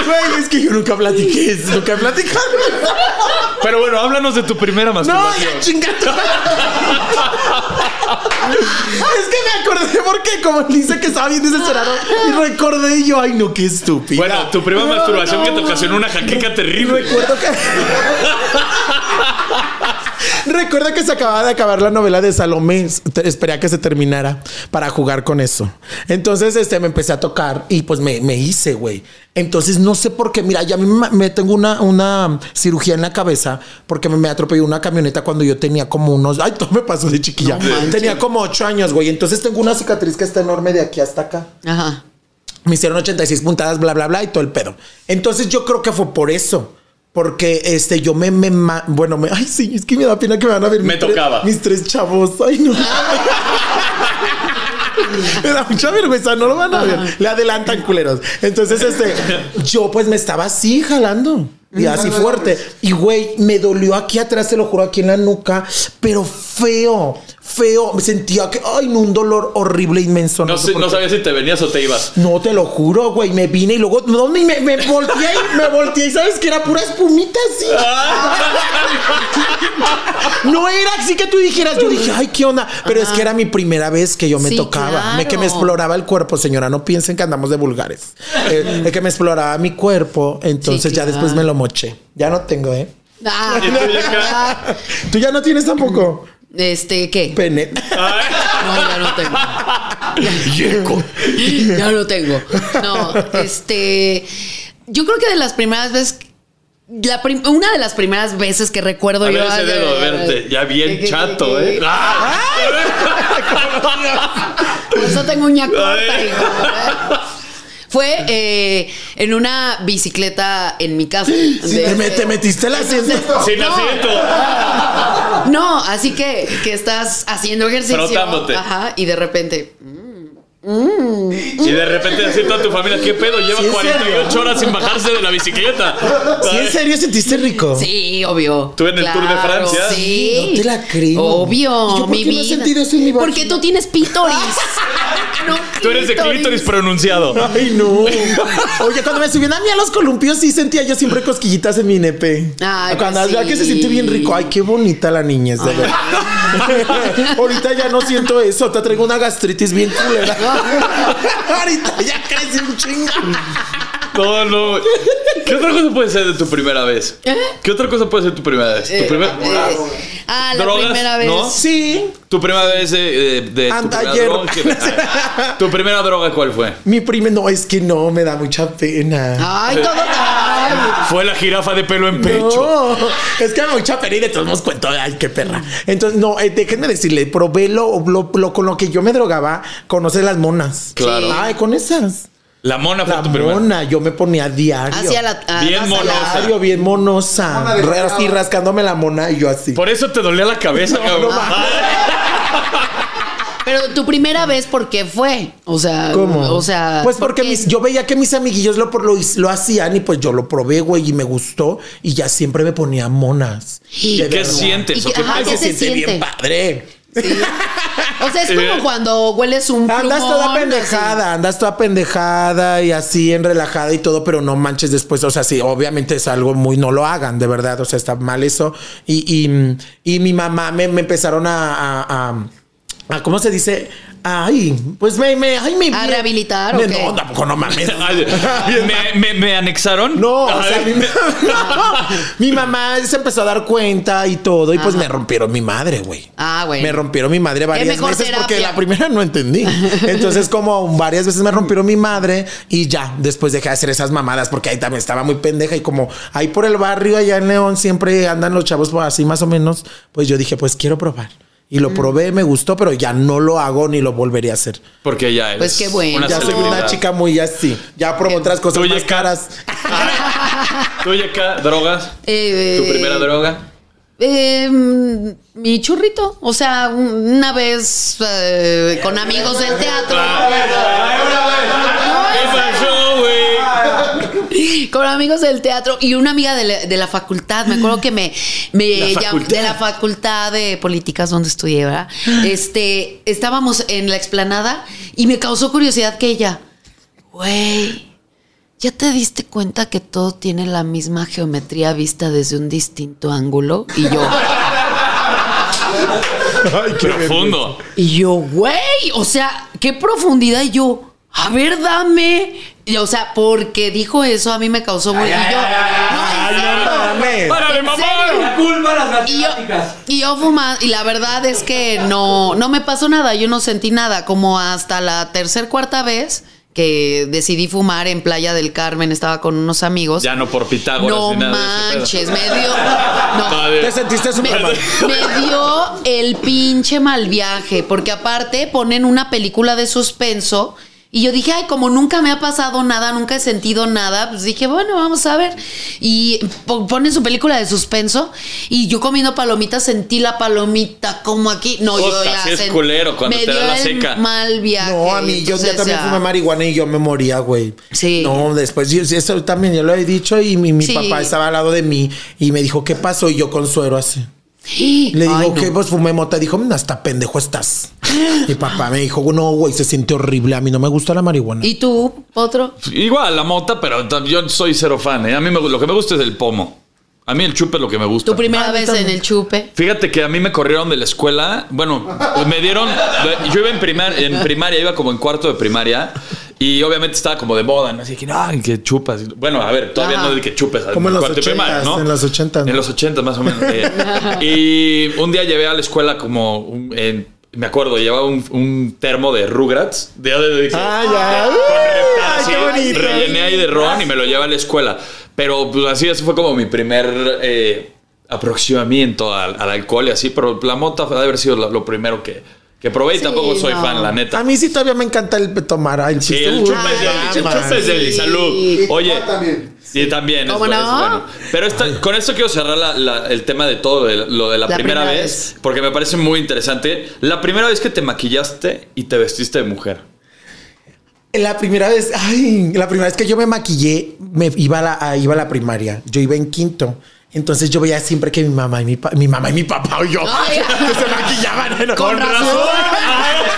[SPEAKER 3] Güey, es que yo nunca platiqué eso. Nunca platicado.
[SPEAKER 2] Pero bueno, háblanos de tu primera
[SPEAKER 3] No, ya
[SPEAKER 2] masturbación.
[SPEAKER 3] chingada. es que me acordé porque como dice que estaba bien desesperado y recordé y yo, ay no, qué estúpido.
[SPEAKER 2] bueno, tu primera masturbación que te ocasionó una jaqueca terrible.
[SPEAKER 3] Recuerdo que. Recuerdo que se acababa de acabar la novela de Salomé. Te- Esperé a que se terminara para jugar con eso. Entonces, este, me empecé a tocar y pues me, me hice, güey. Entonces, no sé por qué. Mira, ya me, me tengo una, una cirugía en la cabeza porque me, me atropelló una camioneta cuando yo tenía como unos. Ay, todo me pasó de chiquilla. tenía como ocho años, güey. Entonces, tengo una cicatriz que está enorme de aquí hasta acá.
[SPEAKER 4] Ajá.
[SPEAKER 3] me hicieron 86 puntadas, bla, bla, bla, y todo el pedo. Entonces yo creo que fue por eso. Porque este, yo me, me ma- bueno, me, ay, sí, es que me da pena que me van a ver.
[SPEAKER 2] Me
[SPEAKER 3] mis tres-
[SPEAKER 2] tocaba.
[SPEAKER 3] mis tres chavos. Ay, no. Me da mucha vergüenza, no lo van a ver. Le adelantan culeros. Entonces, este, yo pues me estaba así jalando. Y así fuerte. Y güey, me dolió aquí atrás, te lo juro, aquí en la nuca, pero feo, feo. Me sentía que, ay, no, un dolor horrible, inmenso.
[SPEAKER 2] No,
[SPEAKER 3] sé
[SPEAKER 2] sé-
[SPEAKER 3] por
[SPEAKER 2] no
[SPEAKER 3] qué.
[SPEAKER 2] sabía si te venías o te ibas.
[SPEAKER 3] No, te lo juro, güey. Me vine y luego no, me, me, me volteé y me volteé y sabes que era pura espumita así. No era así que tú dijeras, yo dije, ay, qué onda. Pero es que era mi primera vez que yo me
[SPEAKER 4] Sí,
[SPEAKER 3] tocaba, me- que me
[SPEAKER 4] claro.
[SPEAKER 3] exploraba el cuerpo, señora. No piensen que andamos de vulgares. Eh, es que me exploraba mi cuerpo, entonces
[SPEAKER 4] Sí,
[SPEAKER 3] ya
[SPEAKER 4] claro.
[SPEAKER 3] después me lo moché. Ya no tengo, ¿eh?
[SPEAKER 4] Ah,
[SPEAKER 2] Y tú, Yeka.
[SPEAKER 3] Tú ya no tienes tampoco
[SPEAKER 4] este, ¿qué?
[SPEAKER 3] pene.
[SPEAKER 4] No, ya no tengo. ya no tengo. No, este. Yo creo que de las primeras veces. la prim- una de las primeras veces que recuerdo
[SPEAKER 2] A ver
[SPEAKER 4] yo.
[SPEAKER 2] ese
[SPEAKER 4] ay,
[SPEAKER 2] dedo,
[SPEAKER 4] ay, ay,
[SPEAKER 2] verte.
[SPEAKER 4] ay.
[SPEAKER 2] Ya bien
[SPEAKER 4] ¿Qué, qué,
[SPEAKER 2] chato,
[SPEAKER 4] qué,
[SPEAKER 2] ¿eh?
[SPEAKER 4] qué?
[SPEAKER 2] ¡Ah!
[SPEAKER 4] Por eso tengo uña corta,
[SPEAKER 2] Ay.
[SPEAKER 4] hijo, ¿verdad? Fue eh, en una bicicleta en mi casa. De-
[SPEAKER 3] te, me- te metiste la asiento.
[SPEAKER 2] Sin
[SPEAKER 4] No.
[SPEAKER 2] asiento.
[SPEAKER 4] No, así que, que estás haciendo ejercicio.
[SPEAKER 2] Frotándote.
[SPEAKER 4] Ajá, y de repente.
[SPEAKER 2] Y de repente decir toda tu familia, ¿qué pedo? Lleva
[SPEAKER 3] Sí, en
[SPEAKER 2] 48
[SPEAKER 3] serio.
[SPEAKER 2] horas sin bajarse de la bicicleta.
[SPEAKER 3] ¿Sí, en serio sentiste rico?
[SPEAKER 4] Sí, obvio.
[SPEAKER 2] ¿Tú en el Tour de Francia?
[SPEAKER 4] Sí.
[SPEAKER 3] No te la creo.
[SPEAKER 4] Obvio.
[SPEAKER 3] ¿Y yo por
[SPEAKER 4] mi
[SPEAKER 3] qué no he
[SPEAKER 4] vida.
[SPEAKER 3] sentido eso en mi
[SPEAKER 4] Porque
[SPEAKER 3] vagina?
[SPEAKER 4] tú tienes pítoris. No,
[SPEAKER 2] Tú eres de clítoris pronunciado.
[SPEAKER 3] Ay, no. Oye, cuando me subían a mí a los columpios, sí sentía yo siempre cosquillitas en mi nepe.
[SPEAKER 4] Ay,
[SPEAKER 3] cuando
[SPEAKER 4] pues
[SPEAKER 3] ya que se
[SPEAKER 4] sí.
[SPEAKER 3] siente bien rico. Ay, qué bonita la niñez, de verdad. Ahorita ya no siento eso. Te traigo una gastritis bien culera. Ahorita ya crecí un chingo.
[SPEAKER 2] No, no. ¿Qué otra cosa puede ser de tu primera vez? ¿Qué otra cosa puede ser tu primera vez? Tu primera
[SPEAKER 4] Eh, ah, la
[SPEAKER 2] ¿Drogas?
[SPEAKER 4] primera vez.
[SPEAKER 2] ¿No?
[SPEAKER 3] Sí.
[SPEAKER 2] Tu primera vez eh, de, de- de tu, primera
[SPEAKER 3] Antayer.
[SPEAKER 2] droga, que- ay, tu primera droga, ¿cuál fue?
[SPEAKER 3] Mi prima, no, es que no, me da mucha pena.
[SPEAKER 4] Ay, todo. Ay.
[SPEAKER 2] Fue la jirafa de pelo en pecho.
[SPEAKER 3] No, es que me da mucha pena y de todos nos cuento, ay, qué perra. Entonces, no, eh, déjenme decirle, probé lo, lo- lo- con lo que yo me drogaba, conoces las monas.
[SPEAKER 2] Claro.
[SPEAKER 4] Sí.
[SPEAKER 3] Ay, con esas.
[SPEAKER 2] La mona fue
[SPEAKER 3] La
[SPEAKER 2] tu primera.
[SPEAKER 3] mona, yo me ponía a diario.
[SPEAKER 4] Hacia la. ah,
[SPEAKER 2] Bien
[SPEAKER 4] hacia la-
[SPEAKER 2] monosa.
[SPEAKER 3] Diario, bien monosa.
[SPEAKER 8] Mona de
[SPEAKER 3] Ras-
[SPEAKER 8] pescado.
[SPEAKER 3] y rascándome la mona y yo así.
[SPEAKER 2] Por eso te dolía la cabeza, cabrón.
[SPEAKER 3] mames.
[SPEAKER 4] Pero tu primera vez, ¿por qué fue? O sea.
[SPEAKER 3] ¿Cómo?
[SPEAKER 4] O sea.
[SPEAKER 3] Pues porque mis- yo veía que mis amiguillos lo, por- lo, hic- lo hacían y pues yo lo probé, güey, y me gustó. Y ya siempre me ponía monas.
[SPEAKER 4] ¿Y
[SPEAKER 3] De
[SPEAKER 2] ¿Qué
[SPEAKER 3] verdad.
[SPEAKER 2] sientes?
[SPEAKER 4] Y
[SPEAKER 2] ¿O
[SPEAKER 4] que-
[SPEAKER 2] qué
[SPEAKER 4] ajá,
[SPEAKER 3] Ay,
[SPEAKER 2] pedo?
[SPEAKER 4] ¿qué se siente?
[SPEAKER 3] bien padre.
[SPEAKER 4] O sea, es
[SPEAKER 2] Eh.
[SPEAKER 4] como cuando hueles un plumón.
[SPEAKER 3] Andas toda
[SPEAKER 4] así.
[SPEAKER 3] pendejada, andas toda pendejada y así en relajada y todo, pero no manches después. O sea, sí, obviamente es algo muy, no lo hagan, de verdad. O sea, está mal eso. Y, y, y mi mamá me, me empezaron a, a- a- a- ¿cómo se dice? Ay, pues me, me, ay, me.
[SPEAKER 4] ¿A
[SPEAKER 3] me-
[SPEAKER 4] rehabilitar o
[SPEAKER 3] me-
[SPEAKER 4] qué?
[SPEAKER 3] No, tampoco, no mames.
[SPEAKER 2] Ay, ¿Me, me, me anexaron?
[SPEAKER 3] No, o
[SPEAKER 2] Ay,
[SPEAKER 3] sea, mi, mi mamá se empezó a dar cuenta y todo, y pues me rompieron mi madre, güey.
[SPEAKER 4] Ah, bueno.
[SPEAKER 3] Me rompieron mi madre varias
[SPEAKER 4] mejor
[SPEAKER 3] veces porque
[SPEAKER 4] terapia.
[SPEAKER 3] la primera no entendí. Entonces, como varias veces me rompieron mi madre y ya, después dejé de hacer esas mamadas porque ahí también estaba muy pendeja y como ahí por el barrio allá en León siempre andan los chavos pues, así más o menos, pues yo dije, pues quiero probar. Y lo probé, me gustó, pero ya no lo hago ni lo volvería a hacer.
[SPEAKER 2] Porque ya eres
[SPEAKER 4] Pues qué bueno.
[SPEAKER 2] una
[SPEAKER 3] Ya soy una
[SPEAKER 2] celebridad.
[SPEAKER 3] chica muy así. Ya probé otras cosas
[SPEAKER 2] Oye,
[SPEAKER 3] más
[SPEAKER 2] Kat.
[SPEAKER 3] caras.
[SPEAKER 2] ¿Tú, Yeka, drogas?
[SPEAKER 4] Eh,
[SPEAKER 2] ¿Tu primera droga?
[SPEAKER 4] Eh, mm, mi churrito. O sea, un- una vez eh, con amigos del teatro.
[SPEAKER 2] Ah. ¿Qué pasó, güey?
[SPEAKER 4] Con amigos del teatro y una amiga de la, de la facultad. Me acuerdo que me, me
[SPEAKER 2] La
[SPEAKER 4] llam-
[SPEAKER 2] facultad.
[SPEAKER 4] de la facultad de políticas donde estudié, ¿verdad? Este, estábamos en la explanada y me causó curiosidad que ella, güey, ¿ya te diste cuenta que todo tiene la misma geometría vista desde un distinto ángulo? Y yo.
[SPEAKER 3] Ay, qué
[SPEAKER 2] Profundo.
[SPEAKER 4] Y yo, güey, o sea, qué profundidad. Y yo, a ver, dame. Y, o sea, porque dijo eso, a mí me causó muy. Y yo, no, en serio.
[SPEAKER 3] mames.
[SPEAKER 2] ¡Párale,
[SPEAKER 4] ¿En
[SPEAKER 2] mamón!
[SPEAKER 4] serio?
[SPEAKER 8] Culpa las
[SPEAKER 4] Y yo,
[SPEAKER 8] matemáticas.
[SPEAKER 4] y yo fumaba, y la verdad es que no, no me pasó nada, yo no sentí nada, como hasta la tercer, cuarta vez que decidí fumar en Playa del Carmen, estaba con unos amigos.
[SPEAKER 2] Ya no por Pitágoras
[SPEAKER 4] no
[SPEAKER 2] ni nada. de ese
[SPEAKER 4] manches,
[SPEAKER 2] pedo. Ah,
[SPEAKER 4] me dio. No,
[SPEAKER 2] Todavía.
[SPEAKER 3] Te sentiste
[SPEAKER 4] me,
[SPEAKER 3] súper mal.
[SPEAKER 4] me dio el pinche mal viaje, porque aparte ponen una película de suspenso Y yo dije, ay, como nunca me ha pasado nada, nunca he sentido nada, pues dije, bueno, vamos a ver. Y po- ponen su película de suspenso y yo comiendo palomitas sentí la palomita como aquí. No, yo
[SPEAKER 2] Puta,
[SPEAKER 4] ya
[SPEAKER 2] sí es
[SPEAKER 4] sent-
[SPEAKER 2] culero cuando
[SPEAKER 4] me
[SPEAKER 2] te da
[SPEAKER 4] dio
[SPEAKER 2] la
[SPEAKER 4] el
[SPEAKER 2] seca.
[SPEAKER 4] mal viaje.
[SPEAKER 3] No, a mí yo ya
[SPEAKER 4] Entonces,
[SPEAKER 3] también
[SPEAKER 4] ya.
[SPEAKER 3] fumé marihuana y yo me moría, güey.
[SPEAKER 4] Sí.
[SPEAKER 3] No, después yo, eso también yo lo he dicho y mi, mi
[SPEAKER 4] Sí.
[SPEAKER 3] papá estaba al lado de mí y me dijo, ¿qué pasó? Y yo con suero así. Le digo,
[SPEAKER 4] Ay, no.
[SPEAKER 3] ¿qué? Pues fumé mota. Dijo, "Mm, hasta pendejo estás. Mi papá me dijo, no, güey, se siente horrible. A mí no me gusta la marihuana.
[SPEAKER 4] ¿Y tú, otro?
[SPEAKER 2] Igual, la mota, pero t- yo soy cero fan. ¿eh? A mí me gu- lo que me gusta es el pomo. A mí el chupe es lo que me gusta.
[SPEAKER 4] Tu primera
[SPEAKER 3] Ah,
[SPEAKER 4] vez
[SPEAKER 3] también.
[SPEAKER 4] en el chupe.
[SPEAKER 2] Fíjate que a mí me corrieron de la escuela. Bueno, me dieron. Yo iba en, primar- en primaria, iba como en cuarto de primaria. Y obviamente estaba como de moda, ¿no? Así que, no, que chupas. Bueno, a ver, todavía
[SPEAKER 4] Ajá.
[SPEAKER 2] no es de que chupes.
[SPEAKER 3] Como en los
[SPEAKER 2] cuarto de primaria,
[SPEAKER 3] ochentas, en los ochentas, ¿no?
[SPEAKER 2] En los ochentas, más o menos. eh. y un día llevé a la escuela como. un- en- me acuerdo, llevaba un, un termo de Rugrats. De, de- de-
[SPEAKER 3] Ah, ya. Ay,
[SPEAKER 2] así,
[SPEAKER 3] qué bonito.
[SPEAKER 2] Rellené ahí de ron y me lo lleva a la escuela. Pero pues así, eso fue como mi primer eh, aproximamiento al, al alcohol y así. Pero la mota ha de haber sido lo, lo primero que, que probé y
[SPEAKER 4] Sí,
[SPEAKER 2] tampoco soy
[SPEAKER 4] no.
[SPEAKER 2] fan, la neta.
[SPEAKER 3] A mí sí todavía me encanta el tomar el
[SPEAKER 2] Sí, el
[SPEAKER 3] pistú.
[SPEAKER 2] chupe
[SPEAKER 4] Ay,
[SPEAKER 2] es deli, el
[SPEAKER 4] mames.
[SPEAKER 2] chupe es deli,
[SPEAKER 4] Sí.
[SPEAKER 2] salud. Oye,
[SPEAKER 8] también.
[SPEAKER 2] sí, también. es
[SPEAKER 4] ¿Cómo
[SPEAKER 2] bu- es
[SPEAKER 4] no?
[SPEAKER 2] bueno. Pero esta- con esto quiero cerrar la- la- el tema de todo, de lo de la,
[SPEAKER 4] La
[SPEAKER 2] primera,
[SPEAKER 4] primera
[SPEAKER 2] vez, porque me parece muy interesante. La primera vez que te maquillaste y te vestiste de mujer.
[SPEAKER 3] La primera vez, ay, la primera vez que yo me maquillé, me iba a la, a- iba a la primaria. Yo iba en quinto. Entonces yo veía siempre que mi mamá y mi, pa- mi mamá y mi papá o yo
[SPEAKER 4] Ay.
[SPEAKER 3] que se maquillaban. ¿no?
[SPEAKER 4] Con razón.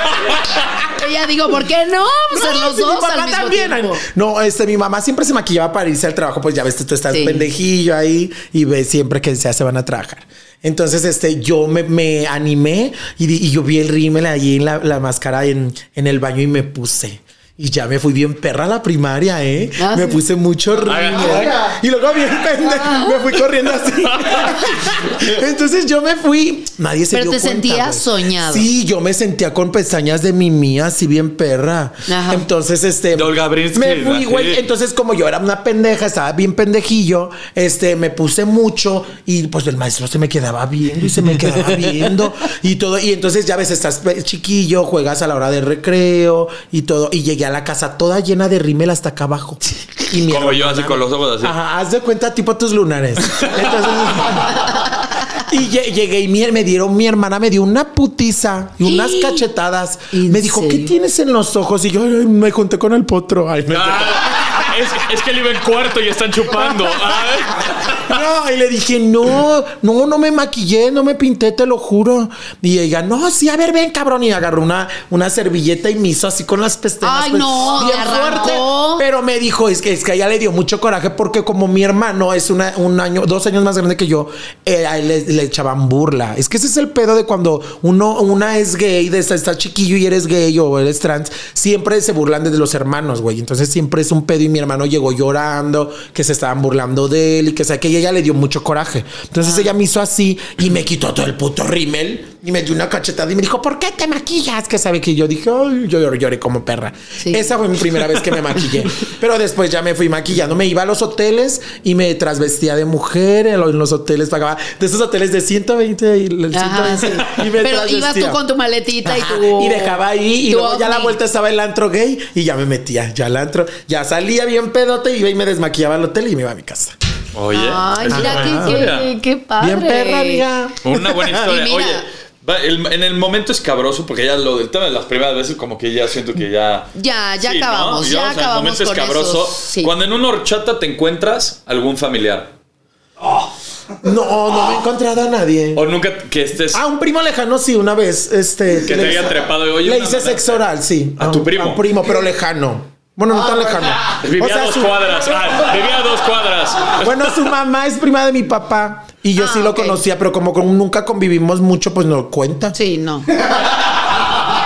[SPEAKER 4] Ella digo, ¿por qué no? Pues
[SPEAKER 3] No,
[SPEAKER 4] en los
[SPEAKER 3] si mi
[SPEAKER 4] dos
[SPEAKER 3] papá
[SPEAKER 4] al mismo
[SPEAKER 3] también.
[SPEAKER 4] tiempo.
[SPEAKER 3] No, este, mi mamá siempre se maquillaba para irse al trabajo, pues ya ves, tú estás
[SPEAKER 4] Sí.
[SPEAKER 3] pendejillo ahí y ves siempre que ya se van a trabajar. Entonces, este, yo me, me animé y, di- y yo vi el rímel ahí en la, la máscara en, en el baño y me puse. Y ya me fui bien perra a la primaria, ¿eh?
[SPEAKER 4] Ah,
[SPEAKER 3] me
[SPEAKER 4] sí.
[SPEAKER 3] puse mucho rímel.
[SPEAKER 2] Haga-
[SPEAKER 3] Y luego bien pendejo, me fui corriendo así. Entonces yo me fui. Nadie se
[SPEAKER 4] Pero
[SPEAKER 3] dio
[SPEAKER 4] te
[SPEAKER 3] cuenta,
[SPEAKER 4] sentías
[SPEAKER 3] güey.
[SPEAKER 4] soñado.
[SPEAKER 3] Sí, yo me sentía con pestañas de mimi, así bien perra.
[SPEAKER 4] Ajá.
[SPEAKER 3] Entonces, este.
[SPEAKER 2] De Olga Brinsky,
[SPEAKER 3] Me fui,
[SPEAKER 2] así.
[SPEAKER 3] güey. Entonces, como yo era una pendeja, estaba bien pendejillo, este, me puse mucho y pues el maestro se me quedaba viendo y se me quedaba viendo y todo. Y entonces, ya ves, estás pe- chiquillo, juegas a la hora de recreo y todo. Y llegué a la casa toda llena de rímel hasta acá abajo. Y mi
[SPEAKER 2] Como yo,
[SPEAKER 3] hermana-
[SPEAKER 2] así con los ojos así.
[SPEAKER 3] Ajá, haz de cuenta tipo tus lunares. Entonces, y lle- llegué y mi- me dieron, mi hermana me dio una putiza y unas cachetadas.
[SPEAKER 4] ¿En
[SPEAKER 3] Me dijo, ¿qué
[SPEAKER 4] serio?
[SPEAKER 3] tienes en los ojos? Y yo "Ay, me junté con el potro. Ay, me-
[SPEAKER 2] Ah, es, es que él iba en cuarto y están chupando. Ah,
[SPEAKER 3] No, y le dije, no, no, no me maquillé, no me pinté, te lo juro. Y ella, no, sí, a ver, ven, cabrón. Y agarró una, una servilleta y me hizo así con las pestañas.
[SPEAKER 4] Ay,
[SPEAKER 3] pues,
[SPEAKER 4] no,
[SPEAKER 3] bien
[SPEAKER 4] te arrancó.
[SPEAKER 3] fuerte. Pero me dijo, es que, es que a ella le dio mucho coraje porque como mi hermano es una- un año, dos años más grande que yo, eh, a él le, le echaban burla. Es que ese es el pedo de cuando uno, una es gay, de está, está chiquillo y eres gay o eres trans, siempre se burlan de los hermanos, güey. Entonces siempre es un pedo y mi hermano llegó llorando, que se estaban burlando de él y que sé que ella le dio mucho coraje. Entonces ella me hizo así y me quitó todo el puto rímel y me dio una cachetada y me dijo, ¿por qué te maquillas? Que sabe que yo dije, "Ay", yo llor- lloré como perra.
[SPEAKER 4] Sí.
[SPEAKER 3] Esa fue mi primera vez que me maquillé. Pero después ya me fui maquillando. Me iba a los hoteles y me trasvestía de mujer en lo- en los hoteles. Pagaba de esos hoteles de 120 y el
[SPEAKER 4] Ajá,
[SPEAKER 3] 120,
[SPEAKER 4] sí.
[SPEAKER 3] y me
[SPEAKER 4] Pero ibas tú
[SPEAKER 3] trasvestía.
[SPEAKER 4] con tu maletita y
[SPEAKER 3] Ajá,
[SPEAKER 4] tu.
[SPEAKER 3] y dejaba ahí y
[SPEAKER 4] tu
[SPEAKER 3] luego ya la
[SPEAKER 4] ovni.
[SPEAKER 3] vuelta estaba el antro gay y ya me metía ya al antro ya salía bien pedote iba y me desmaquillaba al hotel y me iba a mi casa
[SPEAKER 2] Oye,
[SPEAKER 4] Ay,
[SPEAKER 2] es
[SPEAKER 4] mira
[SPEAKER 2] una buena
[SPEAKER 4] qué,
[SPEAKER 2] historia.
[SPEAKER 4] qué, qué padre.
[SPEAKER 3] bien perra amiga
[SPEAKER 2] Una buena historia.
[SPEAKER 4] Y mira.
[SPEAKER 2] Oye, va, el- en el momento escabroso, porque ya lo del tema de las primeras veces, como que ya siento que ya.
[SPEAKER 4] Ya, ya
[SPEAKER 2] Sí, ¿no?
[SPEAKER 4] acabamos, ya
[SPEAKER 2] Digamos, en
[SPEAKER 4] acabamos
[SPEAKER 2] el momento
[SPEAKER 4] con
[SPEAKER 2] escabroso.
[SPEAKER 4] esos, sí.
[SPEAKER 2] Cuando en una horchata te encuentras algún familiar.
[SPEAKER 3] no no me he encontrado a nadie
[SPEAKER 2] O nunca que estés.
[SPEAKER 3] a Ah, un primo lejano sí una vez este
[SPEAKER 2] Que te
[SPEAKER 3] le
[SPEAKER 2] haya
[SPEAKER 3] hice-
[SPEAKER 2] trepado y, "Oye,
[SPEAKER 3] le
[SPEAKER 2] una
[SPEAKER 3] hice
[SPEAKER 2] mamá".
[SPEAKER 3] sexo oral sí
[SPEAKER 2] ¿A tu
[SPEAKER 3] un-
[SPEAKER 2] primo? Ah,
[SPEAKER 3] a un primo pero lejano bueno, no tan lejano.
[SPEAKER 2] Vivía
[SPEAKER 3] O sea,
[SPEAKER 2] a dos
[SPEAKER 3] su-
[SPEAKER 2] cuadras. Ah, vivía a dos cuadras.
[SPEAKER 3] Bueno, su mamá es prima de mi papá y yo
[SPEAKER 4] Ah,
[SPEAKER 3] sí lo
[SPEAKER 4] ok.
[SPEAKER 3] conocía, pero como con- nunca convivimos mucho, pues no cuenta.
[SPEAKER 4] Sí, no.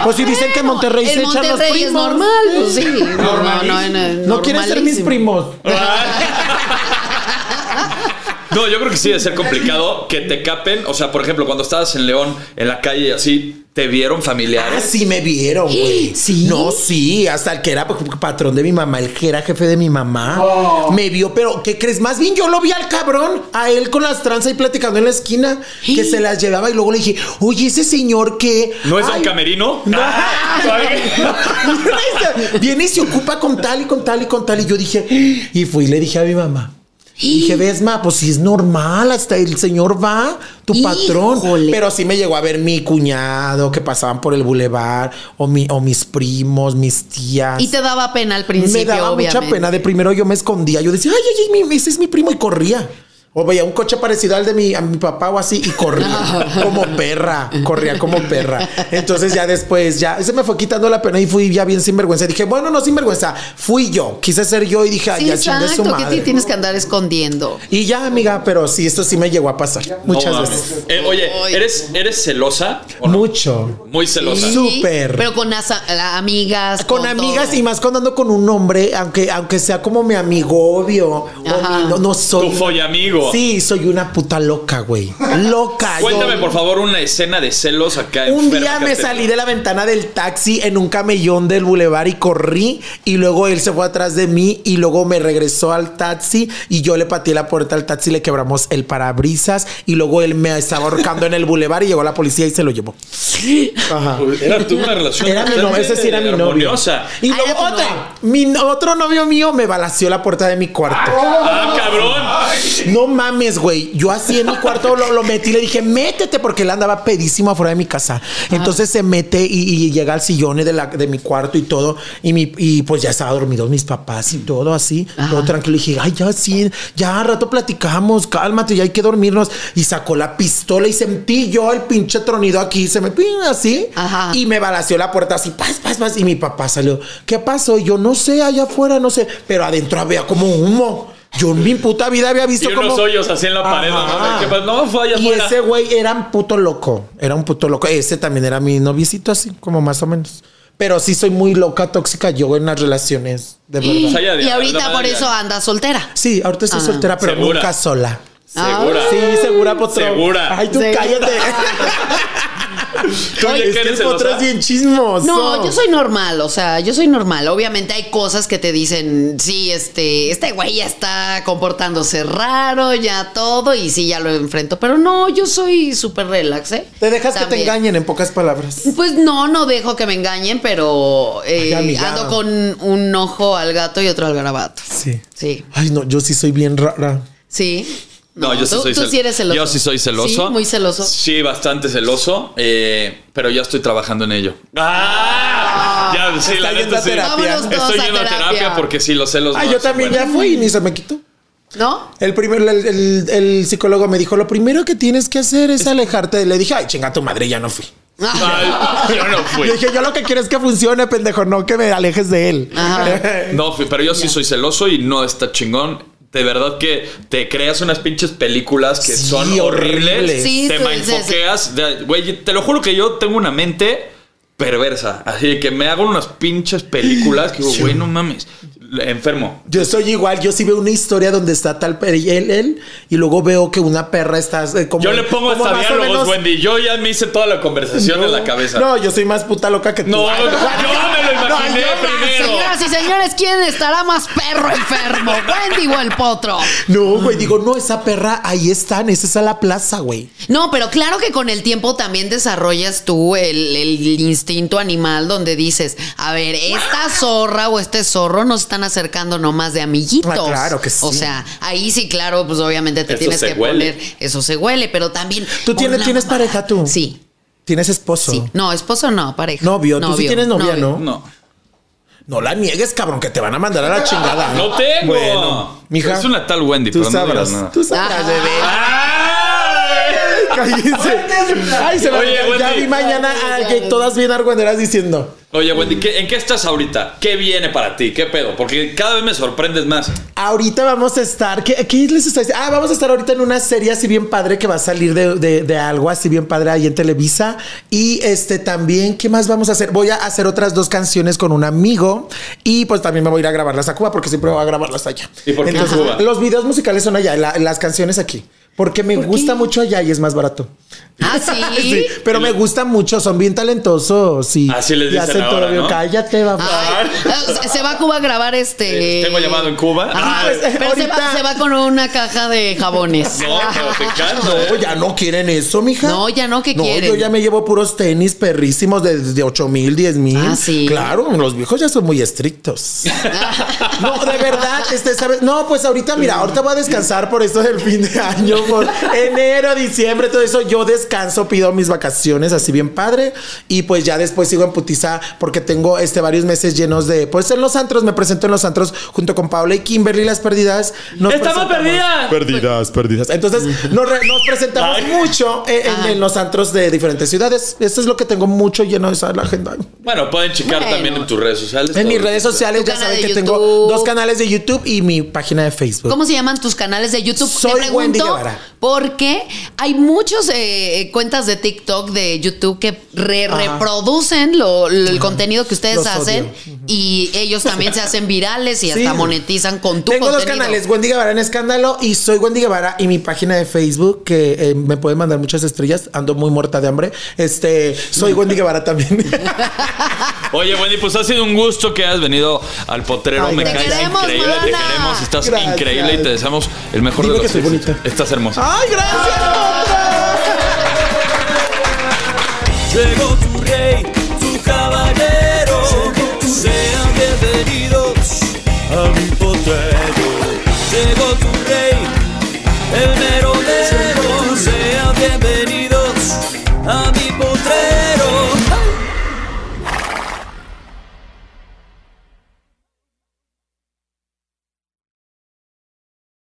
[SPEAKER 3] Pues si dicen que en Monterrey
[SPEAKER 4] En
[SPEAKER 3] se echan los
[SPEAKER 4] Monterrey
[SPEAKER 3] primos.
[SPEAKER 4] es normal. pues sí. No, no, no, no,
[SPEAKER 3] No quieren ser mis
[SPEAKER 4] normalísimo.
[SPEAKER 3] primos.
[SPEAKER 2] No, yo creo que sí debe ser complicado que te capen. O sea, por ejemplo, cuando estabas en León, en la calle así, te vieron
[SPEAKER 3] Ah,
[SPEAKER 2] familiares.
[SPEAKER 3] sí me vieron, güey.
[SPEAKER 4] ¿Sí?
[SPEAKER 3] No, sí. Hasta el que era pues, patrón de mi mamá, el que era jefe de mi mamá.
[SPEAKER 4] Oh.
[SPEAKER 3] Me vio, pero ¿qué crees? Más bien yo lo vi al cabrón, a él con las tranzas y platicando en la esquina, que se las llevaba y luego le dije, oye, ese señor que...
[SPEAKER 2] ¿No es
[SPEAKER 3] Ay,
[SPEAKER 2] Don Camerino?
[SPEAKER 3] No.
[SPEAKER 2] Ah,
[SPEAKER 3] Viene y se ocupa con tal y con tal y con tal. Y yo dije, y fui y le dije a mi mamá. Dije, ves, ma, pues si es normal, hasta el señor va, tu patrón.
[SPEAKER 4] Híjole.
[SPEAKER 3] Pero sí me llegó a ver mi cuñado que pasaban por el bulevar, o, mi, o mis primos, mis tías.
[SPEAKER 4] Y te daba pena al principio,
[SPEAKER 3] me daba
[SPEAKER 4] obviamente.
[SPEAKER 3] mucha pena. De primero yo me escondía. Yo decía, ay, ay, ay, mi- ese es mi primo y corría. O veía un coche parecido al de mi, a mi papá o así y corría como perra, corría como perra. Entonces ya después, ya se me fue quitando la pena y fui ya bien sinvergüenza. Dije, bueno, no sinvergüenza, fui yo, quise ser yo y dije, ay,
[SPEAKER 4] Sí,
[SPEAKER 3] ya chingue su
[SPEAKER 4] exacto, que
[SPEAKER 3] madre.
[SPEAKER 4] te tienes que andar escondiendo.
[SPEAKER 3] Y ya, amiga, pero sí, esto sí me llegó a pasar muchas
[SPEAKER 2] no mames.
[SPEAKER 3] veces.
[SPEAKER 2] Eh, oye, ¿eres, ¿eres celosa? o no?
[SPEAKER 3] Mucho.
[SPEAKER 2] Muy celosa.
[SPEAKER 3] Sí. Súper.
[SPEAKER 4] Pero con asa- la- amigas.
[SPEAKER 3] Con amigas
[SPEAKER 4] todo.
[SPEAKER 3] y más cuando ando con un hombre, aunque, aunque sea como mi amigo obvio, o
[SPEAKER 4] Ajá.
[SPEAKER 3] mi- no, no soy.
[SPEAKER 2] Tu follamigo.
[SPEAKER 3] Sí, soy una puta loca, güey. Loca.
[SPEAKER 2] Cuéntame,
[SPEAKER 3] yo.
[SPEAKER 2] por favor, una escena de celos acá
[SPEAKER 3] Un
[SPEAKER 2] enferma
[SPEAKER 3] día
[SPEAKER 2] que
[SPEAKER 3] me
[SPEAKER 2] te-
[SPEAKER 3] salí de la ventana del taxi en un camellón del bulevar y corrí y luego él se fue atrás de mí y luego me regresó al taxi y yo le pateé la puerta al taxi, le quebramos el parabrisas y luego él me estaba ahorcando en el bulevar y llegó la policía y se lo llevó. Ajá.
[SPEAKER 2] Era tú una relación.
[SPEAKER 3] Era mi novio, ese sí era mi novio.
[SPEAKER 2] armoniosa.
[SPEAKER 3] Y
[SPEAKER 4] Ah,
[SPEAKER 3] luego
[SPEAKER 4] era tu
[SPEAKER 3] otra, mi otro novio mío me balació la puerta de mi cuarto.
[SPEAKER 2] Ah, cabrón.
[SPEAKER 3] No mames, güey. Yo así en mi cuarto lo, lo metí, le dije, métete, porque él andaba pedísimo afuera de mi casa. Entonces se mete y, y llega al sillón de, la, de mi cuarto y todo. Y, mi, y pues ya estaba dormido mis papás y todo así. Todo tranquilo. Y dije, ay, ya sí, ya al rato platicamos, cálmate, ya hay que dormirnos. Y sacó la pistola y sentí yo el pinche tronido aquí. Se me pin así.
[SPEAKER 4] Ajá.
[SPEAKER 3] Y me balació la puerta así, paz, paz, paz. Y mi papá salió. ¿Qué pasó? Y yo no sé, allá afuera, no sé. Pero adentro había como humo. Yo en mi puta vida había visto
[SPEAKER 2] Y unos
[SPEAKER 3] como.
[SPEAKER 2] hoyos así en la pared. ¿no?
[SPEAKER 3] Ajá.
[SPEAKER 2] ¿Qué pasa? No, fue allá
[SPEAKER 3] Y
[SPEAKER 2] afuera.
[SPEAKER 3] ese güey era un puto loco. Era un puto loco. Ese también era mi noviecito, así, como más o menos. Pero sí soy muy loca, tóxica yo en las relaciones, de
[SPEAKER 2] O sea,
[SPEAKER 3] verdad.
[SPEAKER 2] ya-
[SPEAKER 4] Y ahorita
[SPEAKER 2] ya-
[SPEAKER 4] por eso andas soltera.
[SPEAKER 3] Sí, ahorita
[SPEAKER 4] Ah.
[SPEAKER 3] estoy soltera, pero
[SPEAKER 2] ¿Segura?
[SPEAKER 3] nunca sola.
[SPEAKER 2] Segura.
[SPEAKER 3] Sí, segura, potro.
[SPEAKER 2] Segura.
[SPEAKER 3] Ay, tú
[SPEAKER 4] Segura.
[SPEAKER 3] cállate.
[SPEAKER 2] ¿Tú
[SPEAKER 3] Ay,
[SPEAKER 2] de
[SPEAKER 3] es
[SPEAKER 2] qué
[SPEAKER 3] que el
[SPEAKER 2] eres
[SPEAKER 3] potro
[SPEAKER 2] celosa?
[SPEAKER 3] es bien chismoso.
[SPEAKER 4] No, yo soy normal, o sea, yo soy normal. Obviamente hay cosas que te dicen, sí, este, este güey ya está comportándose raro, ya todo, y sí, ya lo enfrento. Pero no, yo soy súper relax, ¿eh?
[SPEAKER 3] Te dejas que te
[SPEAKER 4] También.
[SPEAKER 3] engañen, en pocas palabras.
[SPEAKER 4] Pues no, no dejo que me engañen, pero
[SPEAKER 3] Ay,
[SPEAKER 4] eh,
[SPEAKER 3] amiga.
[SPEAKER 4] ando con un ojo al gato y otro al garabato.
[SPEAKER 3] Sí.
[SPEAKER 4] Sí,
[SPEAKER 3] Ay, no, yo sí soy bien rara.
[SPEAKER 4] sí.
[SPEAKER 2] No, yo sí
[SPEAKER 4] tú,
[SPEAKER 2] soy
[SPEAKER 4] tú
[SPEAKER 2] cel-
[SPEAKER 4] sí eres celoso.
[SPEAKER 2] Yo sí soy celoso.
[SPEAKER 4] Sí, muy celoso.
[SPEAKER 2] Sí, bastante celoso. eh, pero ya estoy trabajando en ello. ¡Ah! Ya, sí,
[SPEAKER 3] Está
[SPEAKER 2] la
[SPEAKER 3] yendo
[SPEAKER 2] neta
[SPEAKER 3] a
[SPEAKER 2] sí.
[SPEAKER 3] terapia.
[SPEAKER 4] Vámonos todos
[SPEAKER 2] Estoy
[SPEAKER 4] a
[SPEAKER 2] yendo a
[SPEAKER 4] terapia.
[SPEAKER 2] terapia porque sí, los celos.
[SPEAKER 3] Ay,
[SPEAKER 2] no
[SPEAKER 3] yo
[SPEAKER 2] se
[SPEAKER 3] también
[SPEAKER 2] pueden.
[SPEAKER 3] ya fui y ni se me quitó.
[SPEAKER 4] ¿No?
[SPEAKER 3] El, primer, el, el- el psicólogo me dijo, lo primero que tienes que hacer es alejarte. Le dije, ay, chinga tu madre, ya no fui.
[SPEAKER 4] Ah.
[SPEAKER 2] Ay, Ah, yo no fui.
[SPEAKER 3] Yo dije, yo lo que quiero es que funcione, pendejo, no que me alejes de él.
[SPEAKER 4] Ajá.
[SPEAKER 2] No fui, pero yo sí soy celoso y no está chingón. De verdad que te creas unas pinches películas que
[SPEAKER 3] Sí,
[SPEAKER 2] son horribles.
[SPEAKER 3] horribles.
[SPEAKER 4] Sí,
[SPEAKER 2] te
[SPEAKER 4] tú dices-
[SPEAKER 2] mainfoqueas. de- Güey, te lo juro que yo tengo una mente perversa. Así de que me hago unas pinches películas que digo, güey, no mames. Enfermo.
[SPEAKER 3] Yo soy igual, yo sí veo una historia donde está tal per- y él, él, y luego veo que una perra está eh, como.
[SPEAKER 2] Yo le pongo
[SPEAKER 3] como
[SPEAKER 2] hasta
[SPEAKER 3] más o
[SPEAKER 2] diálogos,
[SPEAKER 3] menos-
[SPEAKER 2] Wendy. Yo ya me hice toda la conversación en la cabeza.
[SPEAKER 3] No, yo soy más puta loca que tú.
[SPEAKER 2] No,
[SPEAKER 3] Ay,
[SPEAKER 2] yo me lo imaginé
[SPEAKER 3] yo-
[SPEAKER 2] primero.
[SPEAKER 4] Señoras y señores, ¿quién estará más perro enfermo? ¿Wendy o el potro?
[SPEAKER 3] No, güey, digo, no, esa perra ahí están, esa es a la plaza, güey.
[SPEAKER 4] No, pero claro que con el tiempo también desarrollas tú el, el instinto animal donde dices, a ver, esta zorra o este zorro nos están acercando nomás de amiguitos.
[SPEAKER 3] Ah, claro que sí.
[SPEAKER 4] O sea, ahí sí, claro, pues obviamente te
[SPEAKER 2] Eso
[SPEAKER 4] tienes
[SPEAKER 2] se
[SPEAKER 4] que
[SPEAKER 2] huele.
[SPEAKER 4] poner, eso se huele, pero también...
[SPEAKER 3] ¿Tú tienes-
[SPEAKER 4] por la
[SPEAKER 3] tienes
[SPEAKER 4] mamá.
[SPEAKER 3] pareja tú?
[SPEAKER 4] Sí,
[SPEAKER 3] Tienes esposo.
[SPEAKER 4] sí. No, esposo no, pareja.
[SPEAKER 3] Novio, tú sí tienes novia, ¿no?
[SPEAKER 2] No.
[SPEAKER 3] No la niegues, cabrón, que te van a mandar a la chingada. ¿eh?
[SPEAKER 2] No tengo.
[SPEAKER 3] Bueno, mija.
[SPEAKER 2] Es una tal Wendy,
[SPEAKER 3] Tú
[SPEAKER 2] pero no digas
[SPEAKER 3] sabrás.
[SPEAKER 2] nada.
[SPEAKER 3] tú sabrás,
[SPEAKER 4] Ah.
[SPEAKER 3] bebé.
[SPEAKER 2] ¡Ay!
[SPEAKER 3] Cállense. Ay, se
[SPEAKER 2] Oye,
[SPEAKER 3] me Ya
[SPEAKER 2] Wendy.
[SPEAKER 3] vi mañana a que todas bien argüenderas diciendo.
[SPEAKER 2] Oye, Wendy, ¿qué- ¿en qué estás ahorita? ¿Qué viene para ti? ¿Qué pedo? Porque cada vez me sorprendes más.
[SPEAKER 3] Ahorita vamos a estar. ¿Qué, qué les está diciendo? Ah, vamos a estar ahorita en una serie así bien padre que va a salir de, de- de algo así bien padre ahí en Televisa. Y este también, ¿qué más vamos a hacer? Voy a hacer otras dos canciones con un amigo y pues también me voy a ir a grabarlas a Cuba porque siempre voy a grabarlas allá.
[SPEAKER 2] ¿Y por qué
[SPEAKER 3] Entonces,
[SPEAKER 2] Cuba?
[SPEAKER 3] Los videos musicales son allá, la- las canciones aquí. Porque me gusta mucho allá y es más barato.
[SPEAKER 4] Ah,
[SPEAKER 3] Sí,
[SPEAKER 4] sí.
[SPEAKER 3] pero me gustan mucho, son bien talentosos y,
[SPEAKER 2] Así les
[SPEAKER 3] y
[SPEAKER 2] dicen
[SPEAKER 3] hacen
[SPEAKER 2] ahora,
[SPEAKER 3] todo bien.
[SPEAKER 2] ¿no?
[SPEAKER 3] Cállate, papá.
[SPEAKER 4] Ay, eh, se va a Cuba a grabar este.
[SPEAKER 2] Eh, tengo llamado en Cuba.
[SPEAKER 4] Ajá,
[SPEAKER 2] Ah,
[SPEAKER 3] pues,
[SPEAKER 4] pero se va,
[SPEAKER 3] ahorita.
[SPEAKER 4] se va con una caja de jabones.
[SPEAKER 2] No, pero te canto,
[SPEAKER 3] No,
[SPEAKER 2] ¿eh?
[SPEAKER 3] ya no quieren eso, mija.
[SPEAKER 4] No, ya no, ¿qué
[SPEAKER 3] no,
[SPEAKER 4] quieren?
[SPEAKER 3] Yo ya me llevo puros tenis perrísimos de, de 8 mil, 10 mil.
[SPEAKER 4] Ah, sí.
[SPEAKER 3] Claro, los viejos ya son muy estrictos. no, de verdad, este, ¿sabes? No, pues ahorita, mira, ahorita voy a descansar por esto del fin de año, por enero, diciembre, todo eso. Yo descanso, pido mis vacaciones así bien padre. Y pues ya después sigo en putiza porque tengo este varios meses llenos de. Pues en los antros, me presento en los antros junto con Paula y Kimberly, las perdidas. Nos
[SPEAKER 2] ¡Estamos
[SPEAKER 3] presentamos.
[SPEAKER 2] perdidas!
[SPEAKER 5] Perdidas, perdidas.
[SPEAKER 3] Entonces nos, re- nos presentamos mucho en, en- en los antros de diferentes ciudades. Esto es lo que tengo mucho lleno de esa la agenda.
[SPEAKER 2] Bueno, pueden checar
[SPEAKER 4] Bueno.
[SPEAKER 2] también en tus redes sociales.
[SPEAKER 3] En mis
[SPEAKER 2] Todo.
[SPEAKER 3] redes sociales
[SPEAKER 4] Tu
[SPEAKER 3] ya
[SPEAKER 4] canal
[SPEAKER 3] saben
[SPEAKER 4] de
[SPEAKER 3] que tengo
[SPEAKER 4] YouTube.
[SPEAKER 3] dos canales de YouTube y mi página de Facebook.
[SPEAKER 4] ¿Cómo se llaman tus canales de YouTube?
[SPEAKER 3] Soy
[SPEAKER 4] Te pregunto
[SPEAKER 3] Wendy Guevara.
[SPEAKER 4] Porque hay muchas cuentas de TikTok, de YouTube, que re-
[SPEAKER 3] Ajá.
[SPEAKER 4] reproducen lo- lo- el contenido que ustedes
[SPEAKER 3] Los
[SPEAKER 4] hacen
[SPEAKER 3] odio.
[SPEAKER 4] y ellos también se hacen virales y hasta
[SPEAKER 3] Sí.
[SPEAKER 4] monetizan con tu
[SPEAKER 3] Tengo dos
[SPEAKER 4] contenido.
[SPEAKER 3] canales, Wendy Guevara en Escándalo y soy Wendy Guevara y mi página de Facebook que eh, me pueden mandar muchas estrellas, ando muy muerta de hambre. Este, soy Wendy Guevara también.
[SPEAKER 2] Oye, Wendy, pues ha sido un gusto que hayas venido al potrero.
[SPEAKER 3] Ay,
[SPEAKER 2] Me
[SPEAKER 3] gracias.
[SPEAKER 2] caes
[SPEAKER 4] Te queremos,
[SPEAKER 2] increíble, te
[SPEAKER 4] mana.
[SPEAKER 2] queremos, estás
[SPEAKER 3] Gracias.
[SPEAKER 2] increíble y te deseamos el mejor
[SPEAKER 3] Dime
[SPEAKER 2] de los
[SPEAKER 3] que soy
[SPEAKER 2] éxitos.
[SPEAKER 3] bonita.
[SPEAKER 2] Estás hermosa.
[SPEAKER 3] Ay, gracias. otra!
[SPEAKER 6] Llegó tu